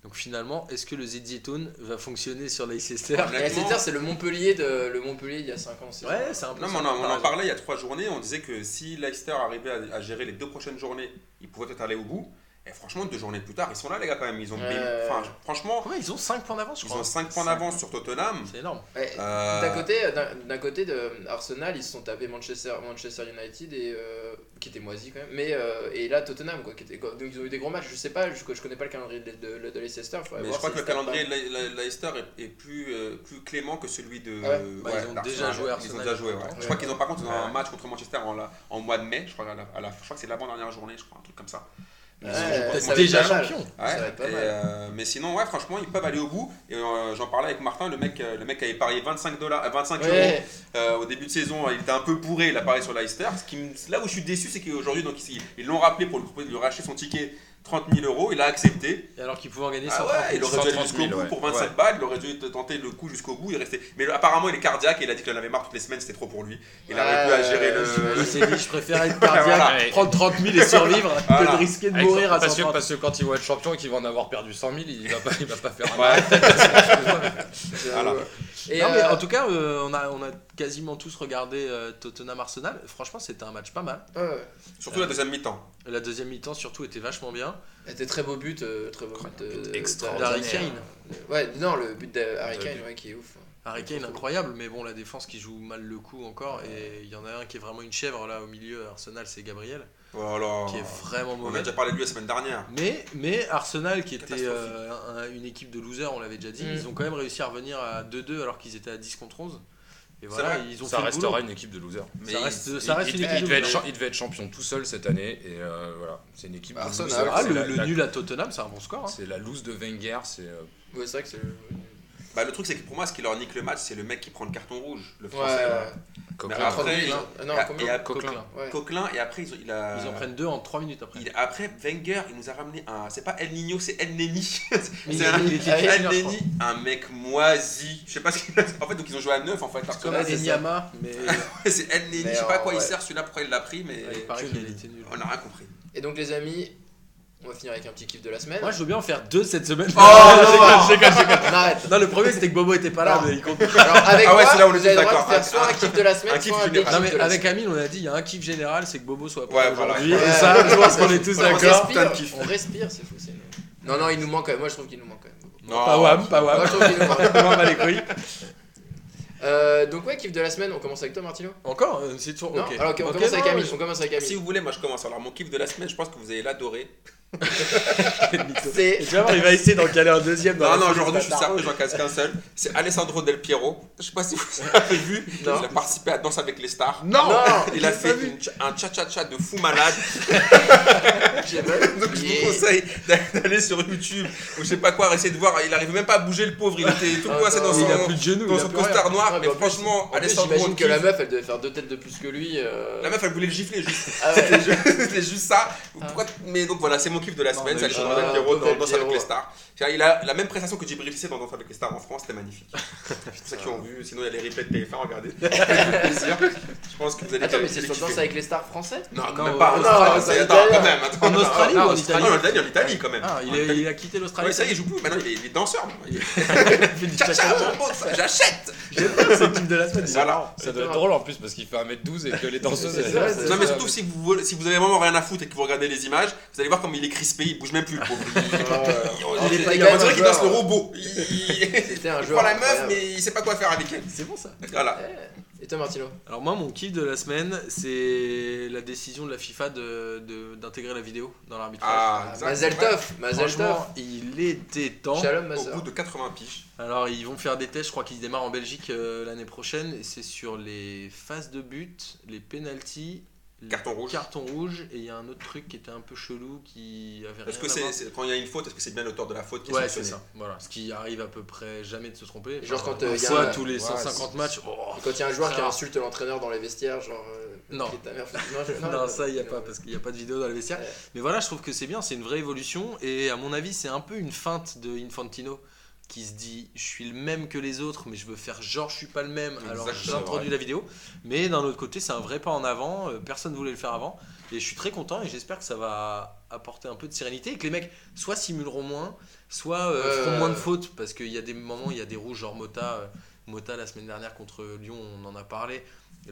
Donc finalement, est-ce que le Zedzitone va fonctionner sur Leicester
Ah, mais-
Et Leicester, c'est le Montpellier de le Montpellier il y a 5 ans. c'est
Ouais,
ça.
c'est un peu
Non,
ça,
mais on, en- on en
comparaison.
parlait il y a trois journées. On disait que si Leicester arrivait à, à gérer les deux prochaines journées, ils pourraient peut-être aller au bout. Et franchement, deux journées plus tard, ils sont là, les gars, quand même. Ils ont,
Ouais.
mais- enfin, franchement,
Combien ils ont 5 points d'avance, je
ils
crois. hein.
ont 5 points d'avance sur Tottenham.
C'est énorme.
Ouais,
Euh,
D'un côté, d'un- d'un côté de euh, Arsenal, ils se sont tapés Manchester, Manchester United et euh, qui était moisi quand même. Mais euh, et là Tottenham quoi, qui était quoi. donc ils ont eu des gros matchs. Je sais pas, je, je connais pas le calendrier de, de- de Leicester. faudrait
mais je
voir
crois
si
que le
Stan
calendrier
Ball-
de Le- Le- Leicester est, est plus, euh, plus clément que celui de.
Ah ouais
euh,
Bah, ils ont
d'Arsenal.
déjà joué
Ils ont
Arsenal
déjà joué, ouais.
longtemps.
Je crois qu'ils ont, par contre, ils ont un
Ouais.
match contre Manchester en, la- en mois de mai. Je crois, à la- à la- je crois que c'est l'avant-dernière journée, je crois, un truc comme ça. Ils ont
Ouais,
joué
ça
contre
va être
déjà
pas mal.
champion.
Ça
Ouais,
va être pas
et,
mal.
euh, mais sinon, ouais, franchement, ils peuvent aller au bout. Et euh, j'en parlais avec Martin, le mec, euh, le mec avait parié 25 dollars, 25 euros
Ouais,
euh, au début de saison. Il était un peu bourré, il a parié sur Leicester. Ce qui me- là où je suis déçu, c'est qu'aujourd'hui, donc ils ils l'ont rappelé pour lui proposer de lui racheter son ticket 30 000 euros. Il a accepté.
Et alors qu'ils pouvaient en gagner
Ah
130
ouais, il aurait dû aller
130
jusqu'au
000,
bout
ouais.
pour 25 balles. Il aurait dû tenter le coup jusqu'au bout. Il restait. Mais le- apparemment, il est cardiaque et il a dit qu'il en avait marre toutes les semaines. C'était trop pour lui. Il arrive plus à gérer le.
Il s'est dit, je préfère être
Voilà.
cardiaque, prendre 30 000 et survivre que
Voilà.
de risquer de
Avec-
mourir à
parce, que,
130
parce que quand ils vont être champions et qu'ils vont en avoir perdu 100 000, il va pas, il va pas faire un
Ouais.
j'avoue.
Voilà.
Et
Non, mais
euh,
en tout cas, euh, on, a, on a quasiment tous regardé euh, Tottenham Arsenal. Franchement, c'était un match pas mal.
euh, ouais,
Surtout la deuxième mi-temps.
La deuxième mi-temps, surtout, était vachement bien.
c'était très beau but, euh, très beau but euh,
extraordinaire.
d'Harry Kane. Ouais, non le but d'Harry Kane, ouais, qui est ouf. hein.
Harry Kane, incroyable, mais bon, la défense qui joue mal le coup encore. Et il y en a un qui est vraiment une chèvre là au milieu. Arsenal, c'est Gabriel,
Voilà.
qui est vraiment
On a
mauvais.
déjà parlé de lui la semaine dernière.
Mais, mais Arsenal, qui était
Catastrophique.
euh, un- une équipe de losers, on l'avait déjà dit,
Mm.
ils ont quand même réussi à revenir à 2-2 alors qu'ils étaient à 10 contre 11. Et voilà,
vrai.
ils ont
Ça
fait le boulot.
restera une équipe de losers.
Mais
ça
il-
reste,
Il,
ça reste une
il- il
équipe de
devait être,
losers.
cha- il devait être champion tout seul cette année. Et euh, voilà, c'est une équipe de
Arsenal.
losers.
Ah,
C'est
le,
la-
le
la-
nul à Tottenham, c'est un bon score. hein.
C'est la loose de Wenger. C'est euh,
Ouais, c'est vrai que c'est.
Bah, le truc, c'est que pour moi, ce qui leur nique le match, c'est le mec qui prend le carton rouge, le
Ouais,
français. là.
ouais.
Coquelin.
Mais après,
Trente-huit,
ils-
hein. Ah, non,
et à-
combien
et à
Coquelin.
Ouais.
Coquelin, et après, ils ont- il a.
Ils en prennent deux en 3 minutes après.
Euh, il- après, Wenger, il nous a ramené un. C'est pas El Nino, c'est El Neni.
Mais
c'est un-
il était
Ah,
titulaire,
El
je crois.
Neni, un mec moisi. Je sais pas ce qu'il a. En fait, donc ils ont joué à 9 en fait.
Comme
Arsenal.
Ouais, c'est ça.
Adeyama, mais
C'est El Neni, je sais
Mais
pas à
en-
quoi il
ouais.
sert celui-là, pourquoi il l'a pris, mais.
il paraît qu'il était nul.
On n'a rien compris.
Et donc les amis, on va finir avec un petit kiff de la semaine.
Moi, je veux bien en faire deux cette semaine.
Oh,
non, non, arrête.
Non, le premier c'était que Bobo était pas là,
Non.
mais il compte.
Alors avec
Ah ouais,
moi,
c'est là où on
vous
était
avez le droit de
d'accord.
faire soit
Un-
un kiff de la semaine,
un kiff
soit un
général.
dékiff
Non, mais
de la
avec
semaine.
Amine, on a dit il y a un kiff général, c'est que Bobo soit pas
Ouais,
là
voilà.
aujourd'hui.
Ouais.
Et ça, je pense qu'on est tous
On
d'accord.
respire,
Putain de kiff.
on respire, c'est fou. c'est nul. Non, non, il nous manque quand même. Moi, je trouve qu'il nous manque quand même.
Non.
Pas Wam, pas
Moi,
Wam.
je trouve qu'il nous manque.
Wam à les couilles.
Euh, donc, ouais, kiff de la semaine, on commence avec toi, Martino
Encore Euh, C'est toujours.
Non
ok.
Alors, ok, on
Ok,
commence avec
non,
Amine. On commence avec
Si
Amine.
vous voulez, moi je commence. Alors, mon kiff de la semaine, je pense que vous allez l'adorer.
Et
C'est.
tu vas voir, il va essayer d'en caler un deuxième. dans
Non,
la
non,
foulée,
aujourd'hui, je
ce
suis
bâtard.
sérieux, j'en casse qu'un seul. C'est Alessandro Del Piero. Je sais pas si vous avez vu. Il
Non.
a participé à Danse avec les stars.
Non,
Il a
l'ai
fait
pas vu.
une cha- un cha-cha-cha de fou malade.
j'ai pas-
Donc je
Yeah.
vous conseille d'a- d'aller sur YouTube ou je sais pas quoi, essayer de voir. Il arrive même pas à bouger le pauvre. Il était tout
Ah,
coincé
non.
dans
Mais
son,
Il a plus de genoux.
dans
il a
son
plus rien.
costard noir.
Ouais,
mais
mais Ah, bah, en plus-
franchement,
En plus,
Alessandro on
j'imagine que la
kiffe.
meuf, elle devait faire deux têtes de plus que lui. euh.
La meuf, elle voulait le gifler juste.
Ah ouais. Ah.
C'était juste ça. Pourquoi- Mais donc voilà, c'est mon kiff de la
Non,
semaine,
mais
c'est
je-
Alexandre Del
Ah,
Piero dans
Del
Danse avec
Piero.
les stars. Il a la même prestation que Djibril Cissé dans Danse avec les stars en France, c'était magnifique. C'est pour ça qu'ils ont vu, sinon il y a les replays de TF1, regardez. Ça fait plaisir. Je pense que vous allez
Attends, mais
vous
c'est
allez
sur Danse
kiffer.
avec les stars français
Non,
Non,
quand même
euh,
pas. en
non,
Australie,
c'est
c'est-
l'Italie.
attends, quand même, attends.
En Australie ou en
Ah,
Italie
en Italie, en Italie quand même.
Ah, il,
En
est-
Italie.
il a quitté l'Australie.
Ouais, ça y est, il joue plus. Maintenant, il est, il est danseur. maintenant. Il est-
il a fait du
Tiens,
cha-cha-cha.
ça, mon pote, ça, J'achète.
J'aime bien ce type de la semaine.
Voilà.
Ça doit être drôle en plus parce qu'il fait 1m12 et que les danseuses.
C'est
elles-
vrai, c'est
Non, mais surtout, si vous, voulez- si vous avez vraiment rien à foutre et que vous regardez les images, vous allez voir comme il est crispé, il bouge même plus. le pauvre.
Il
Il,
est
il,
pas
il,
quand même
on dirait
un
qu'il danse le
joueur.
robot. Il, il-
C'était un
il
joueur
prend la meuf,
incroyable.
mais il sait pas quoi faire avec elle.
C'est bon ça.
Voilà.
Et toi, Martino
Alors moi, mon kiff de la semaine, c'est la décision de la FIFA d'intégrer de, d'intégrer la vidéo dans l'arbitrage.
Ah, exact.
Mazel Tov Mazel Tov
Franchement, il était temps.
Shalom, ma
Au bout
sœur.
de 80 piges.
Alors ils vont faire des tests, je crois qu'ils démarrent en Belgique euh, l'année prochaine, et c'est sur les phases de but, les pénalties, les
Carton rouge.
cartons rouges, et il y a un autre truc qui était un peu chelou qui avait rien
Est-ce que
à
c'est
voir.
c'est- quand il y a une faute, est-ce que c'est bien l'auteur de la faute qui est
Ouais, c'est
sanctionné
ça. Voilà, ce qui arrive à peu près jamais de se tromper.
Genre
Enfin,
quand, euh,
une
il y a
fois
un-
tous les
Ouais,
150
c'est-
matchs. oh.
Et Quand il y a un joueur
Ça
qui
va.
insulte l'entraîneur dans les vestiaires, genre. euh,
Non.
qui est ta mère, fais- non, je-
Non, ça, il n'y a pas, parce qu'il n'y a pas de vidéo dans le vestiaire.
Ouais.
Mais voilà, je trouve que c'est bien, c'est une vraie évolution. Et à mon avis, c'est un peu une feinte de Infantino qui se dit Je suis le même que les autres, mais je veux faire genre je suis pas le même. Alors
Exactement,
j'introduis la vidéo. Mais d'un autre côté, c'est un vrai pas en avant. euh, Personne voulait le faire avant. Et je suis très content et j'espère que ça va apporter un peu de sérénité et que les mecs soit simuleront moins, soit euh,
Ouais,
feront
ouais,
moins de
ouais.
fautes. Parce qu'il y a des moments, il y a des rouges, genre Mota. euh, Mota la semaine dernière contre Lyon, on en a parlé.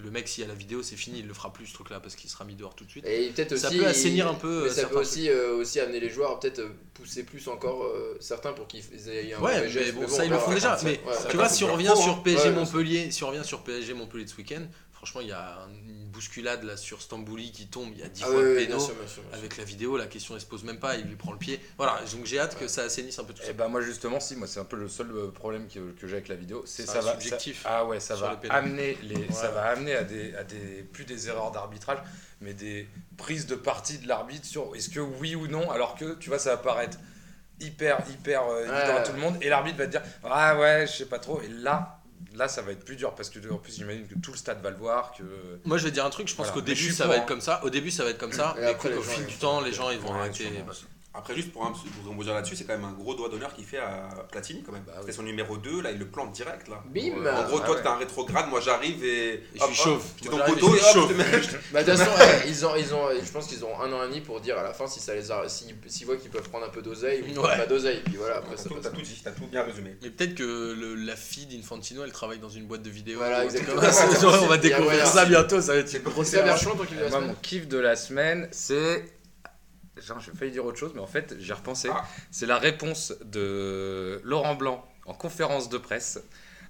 Le mec, s'il y a la vidéo, c'est fini, il le fera plus ce truc-là parce qu'il sera mis dehors tout de suite.
Et peut-être aussi.
ça peut assainir un peu.
mais
euh,
ça peut
certains
aussi, euh, aussi amener les joueurs à peut-être euh, pousser plus encore euh, certains pour qu'ils aient un
Ouais,
mauvais
mais
geste,
bon,
mais
ça, ils
on
le
verra.
font déjà,
Ouais, Ah
mais
ouais.
trucs. Tu vois, si on revient sur PSG
Ouais,
Montpellier, si on revient sur PSG Montpellier de ce week-end, franchement, il y a une bousculade là sur Stambouli qui tombe, il y a 10
Ah
fois
ouais,
le
ouais,
péno.
bien sûr, bien sûr, bien sûr.
Avec la vidéo, la question elle se pose même pas, il lui prend le pied. Voilà, donc j'ai hâte que ça assainisse un peu
Eh
tout ça.
Et bah moi justement si moi c'est un peu le seul euh, problème que, que j'ai avec la vidéo c'est
C'est
ça
un
va
subjectif.
ça- ah ouais ça
Sur
va
le pénal.
amener les ça
Ouais.
va amener à des à des plus des erreurs d'arbitrage mais des prises de parti de l'arbitre sur est-ce que oui ou non alors que tu vois ça va paraître hyper hyper euh, évident
Ouais.
à tout le monde et l'arbitre va te dire ah ouais je sais pas trop et là là ça va être plus dur parce que en plus j'imagine que tout le stade va le voir que
Moi je vais dire un truc, je pense
Voilà,
qu'au
mais je
début
suis
ça
pour,
va
hein.
être comme ça, au début ça va être comme ça,
Et
mais
après,
écoute,
les
au
gens,
fil
ils
du
vont
temps, les gens ils vont
Ouais,
arrêter.
sûrement.
parce que-
Après, juste pour un- pour rebondir là-dessus, c'est quand même un gros doigt d'honneur qu'il fait à Platini quand même.
Bah
C'était
oui.
son numéro 2, là, il le plante direct là.
Bim
En gros,
Ah
toi,
ouais.
t'es un rétrograde, moi j'arrive et.
bah Et je
hop,
suis
hop,
chauve. Moi,
J'étais ton
j'arrive et
poteau
je
et
suis
hop,
chauve.
je te mets-
Bah, de toute façon, eh, ils ont, ils ont, je pense qu'ils ont un an et demi pour dire à la fin si ça les a, s'ils s'ils voient qu'ils peuvent prendre un peu d'oseille ou qu'ils
Ouais.
prennent pas d'oseille. Puis voilà, après
T'as
ça
tout-
passe.
t'as tout dit, t'as tout bien résumé.
Mais peut-être que le- la fille d'Infantino elle travaille dans une boîte de vidéo.
Voilà,
ou un truc comme
exactement.
ça. on va
Il y a moyen.
découvrir ça bientôt, ça va être une grosse
C'est la
erreur.
version, toi, qui
Euh, moi mon kiff de la semaine c'est genre j'ai failli dire autre chose mais en fait j'y ai repensé
Ah.
c'est la réponse de Laurent Blanc en conférence de presse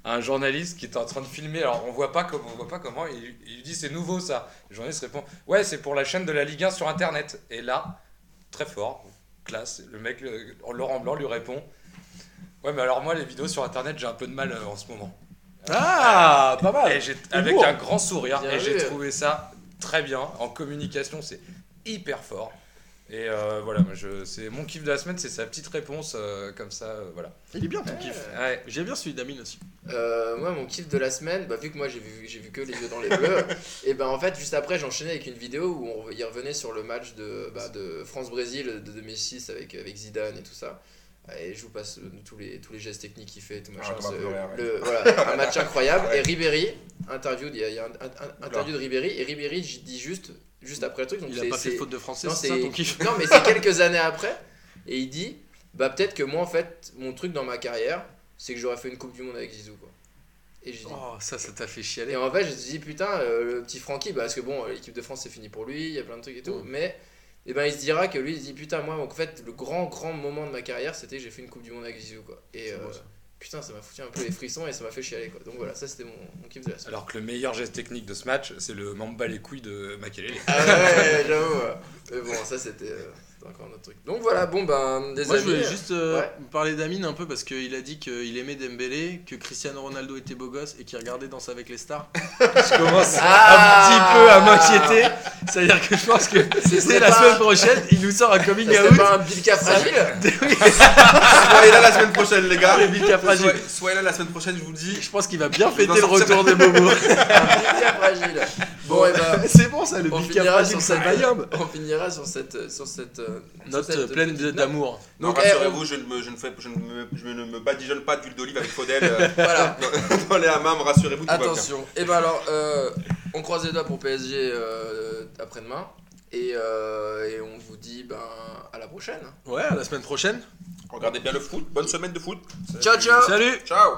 à un journaliste qui est en train de filmer alors on voit pas comme on voit pas comment il, lui- il lui dit c'est nouveau ça le journaliste répond ouais c'est pour la chaîne de la Ligue 1 sur internet et là très fort classe le mec le- Laurent Blanc lui répond ouais mais alors moi les vidéos sur internet j'ai un peu de mal euh, en ce moment
Ah, hein. pas mal.
et j'ai- avec un grand sourire.
Bien
et j'ai
vu.
trouvé ça très bien. En communication, c'est hyper fort. Et euh, voilà, moi, je, c'est mon kiff de la semaine, c'est sa petite réponse euh, comme ça, euh, voilà.
Il est bien ton kiff.
Ouais.
J'aime bien celui d'Amine aussi.
Euh, moi, mon kiff de la semaine, bah, vu que moi j'ai vu, j'ai vu que les yeux dans les bleus, et ben en fait, juste après, j'enchaînais avec une vidéo où on, il revenait sur le match de, bah, de France-Brésil de 2006 avec, avec Zidane et tout ça. Et je vous passe euh, tous les, tous les gestes techniques qu'il fait, tout machin.
Ah, on va
c'est,
pleurer, ouais.
le- voilà, un match incroyable. Et Ribéry, interview, il y a, il y a un- un- un- interview de Ribéry, et Ribéry j- dit juste, juste après le truc. Donc
Il a
c'est-
pas fait
c'est-
faute de français,
non,
c'est
c'est
ça ton kiff.
non, mais c'est quelques années après. Et il dit Bah, peut-être que moi, en fait, mon truc dans ma carrière, c'est que j'aurais fait une Coupe du Monde avec Zizou, quoi. Et j'ai dit.
Oh, ça, ça t'a fait chialer.
Et en fait, je me suis dit Putain, euh, le petit Francky, bah, parce que bon, l'équipe de France, c'est fini pour lui, il y a plein de trucs et tout.
Ouais.
Mais et ben, il se dira que lui, il se dit Putain, moi, en fait, le grand, grand moment de ma carrière, c'était que j'ai fait une Coupe du Monde avec Zizou, quoi. Et. euh, Putain, ça m'a foutu un peu les frissons et ça m'a fait chialer quoi. Donc voilà, ça c'était mon, mon kiff de la semaine.
Alors que le meilleur geste technique de ce match, c'est le mamba les couilles de Makelele.
Ah ouais, j'avoue. ouais. Mais bon, ça c'était euh, c'était encore un autre truc. Donc voilà, bon ben, des
Moi, je
amis.
voulais juste euh,
Ouais.
vous parler d'Amine un peu parce qu'il a dit qu'il aimait Dembélé, que Cristiano Ronaldo était beau gosse et qu'il regardait Danse avec les stars. je commence
Ah.
un petit peu à m'inquiéter. C'est-à-dire que je pense que c'est la
pas-
semaine prochaine, il nous sort un coming
Ça,
out.
C'est pas un Bilka fragile
Soyez là la semaine prochaine, les gars.
Ah, le Bilka fragile.
Soyez- Soyez là la semaine prochaine, je vous le dis.
Je pense qu'il va bien
vais
fêter le
sortir-
retour de Bobo.
Un Bilka fragile Bon, et ben,
c'est bon ça, le
on
big
finira
capra
sur
sur
cette-
cette Bayam.
on finira sur cette. Sur cette euh, sur
Note
cette
euh, pleine
petite note.
d'amour.
Donc,
Donc, eh,
rassurez-vous, je ne me, je ne fais, je ne me, je ne me badigeonne pas d'huile d'olive avec Faudel euh,
Voilà,
dans les hammams, rassurez-vous, tout va bien.
attention. Et ben alors, euh, on croise les doigts pour PSG euh, après-demain. Et, euh, et on vous dit ben, à la prochaine.
Ouais, à la semaine prochaine.
Regardez bien le foot, bonne semaine de foot.
Ciao, ciao
Salut
Ciao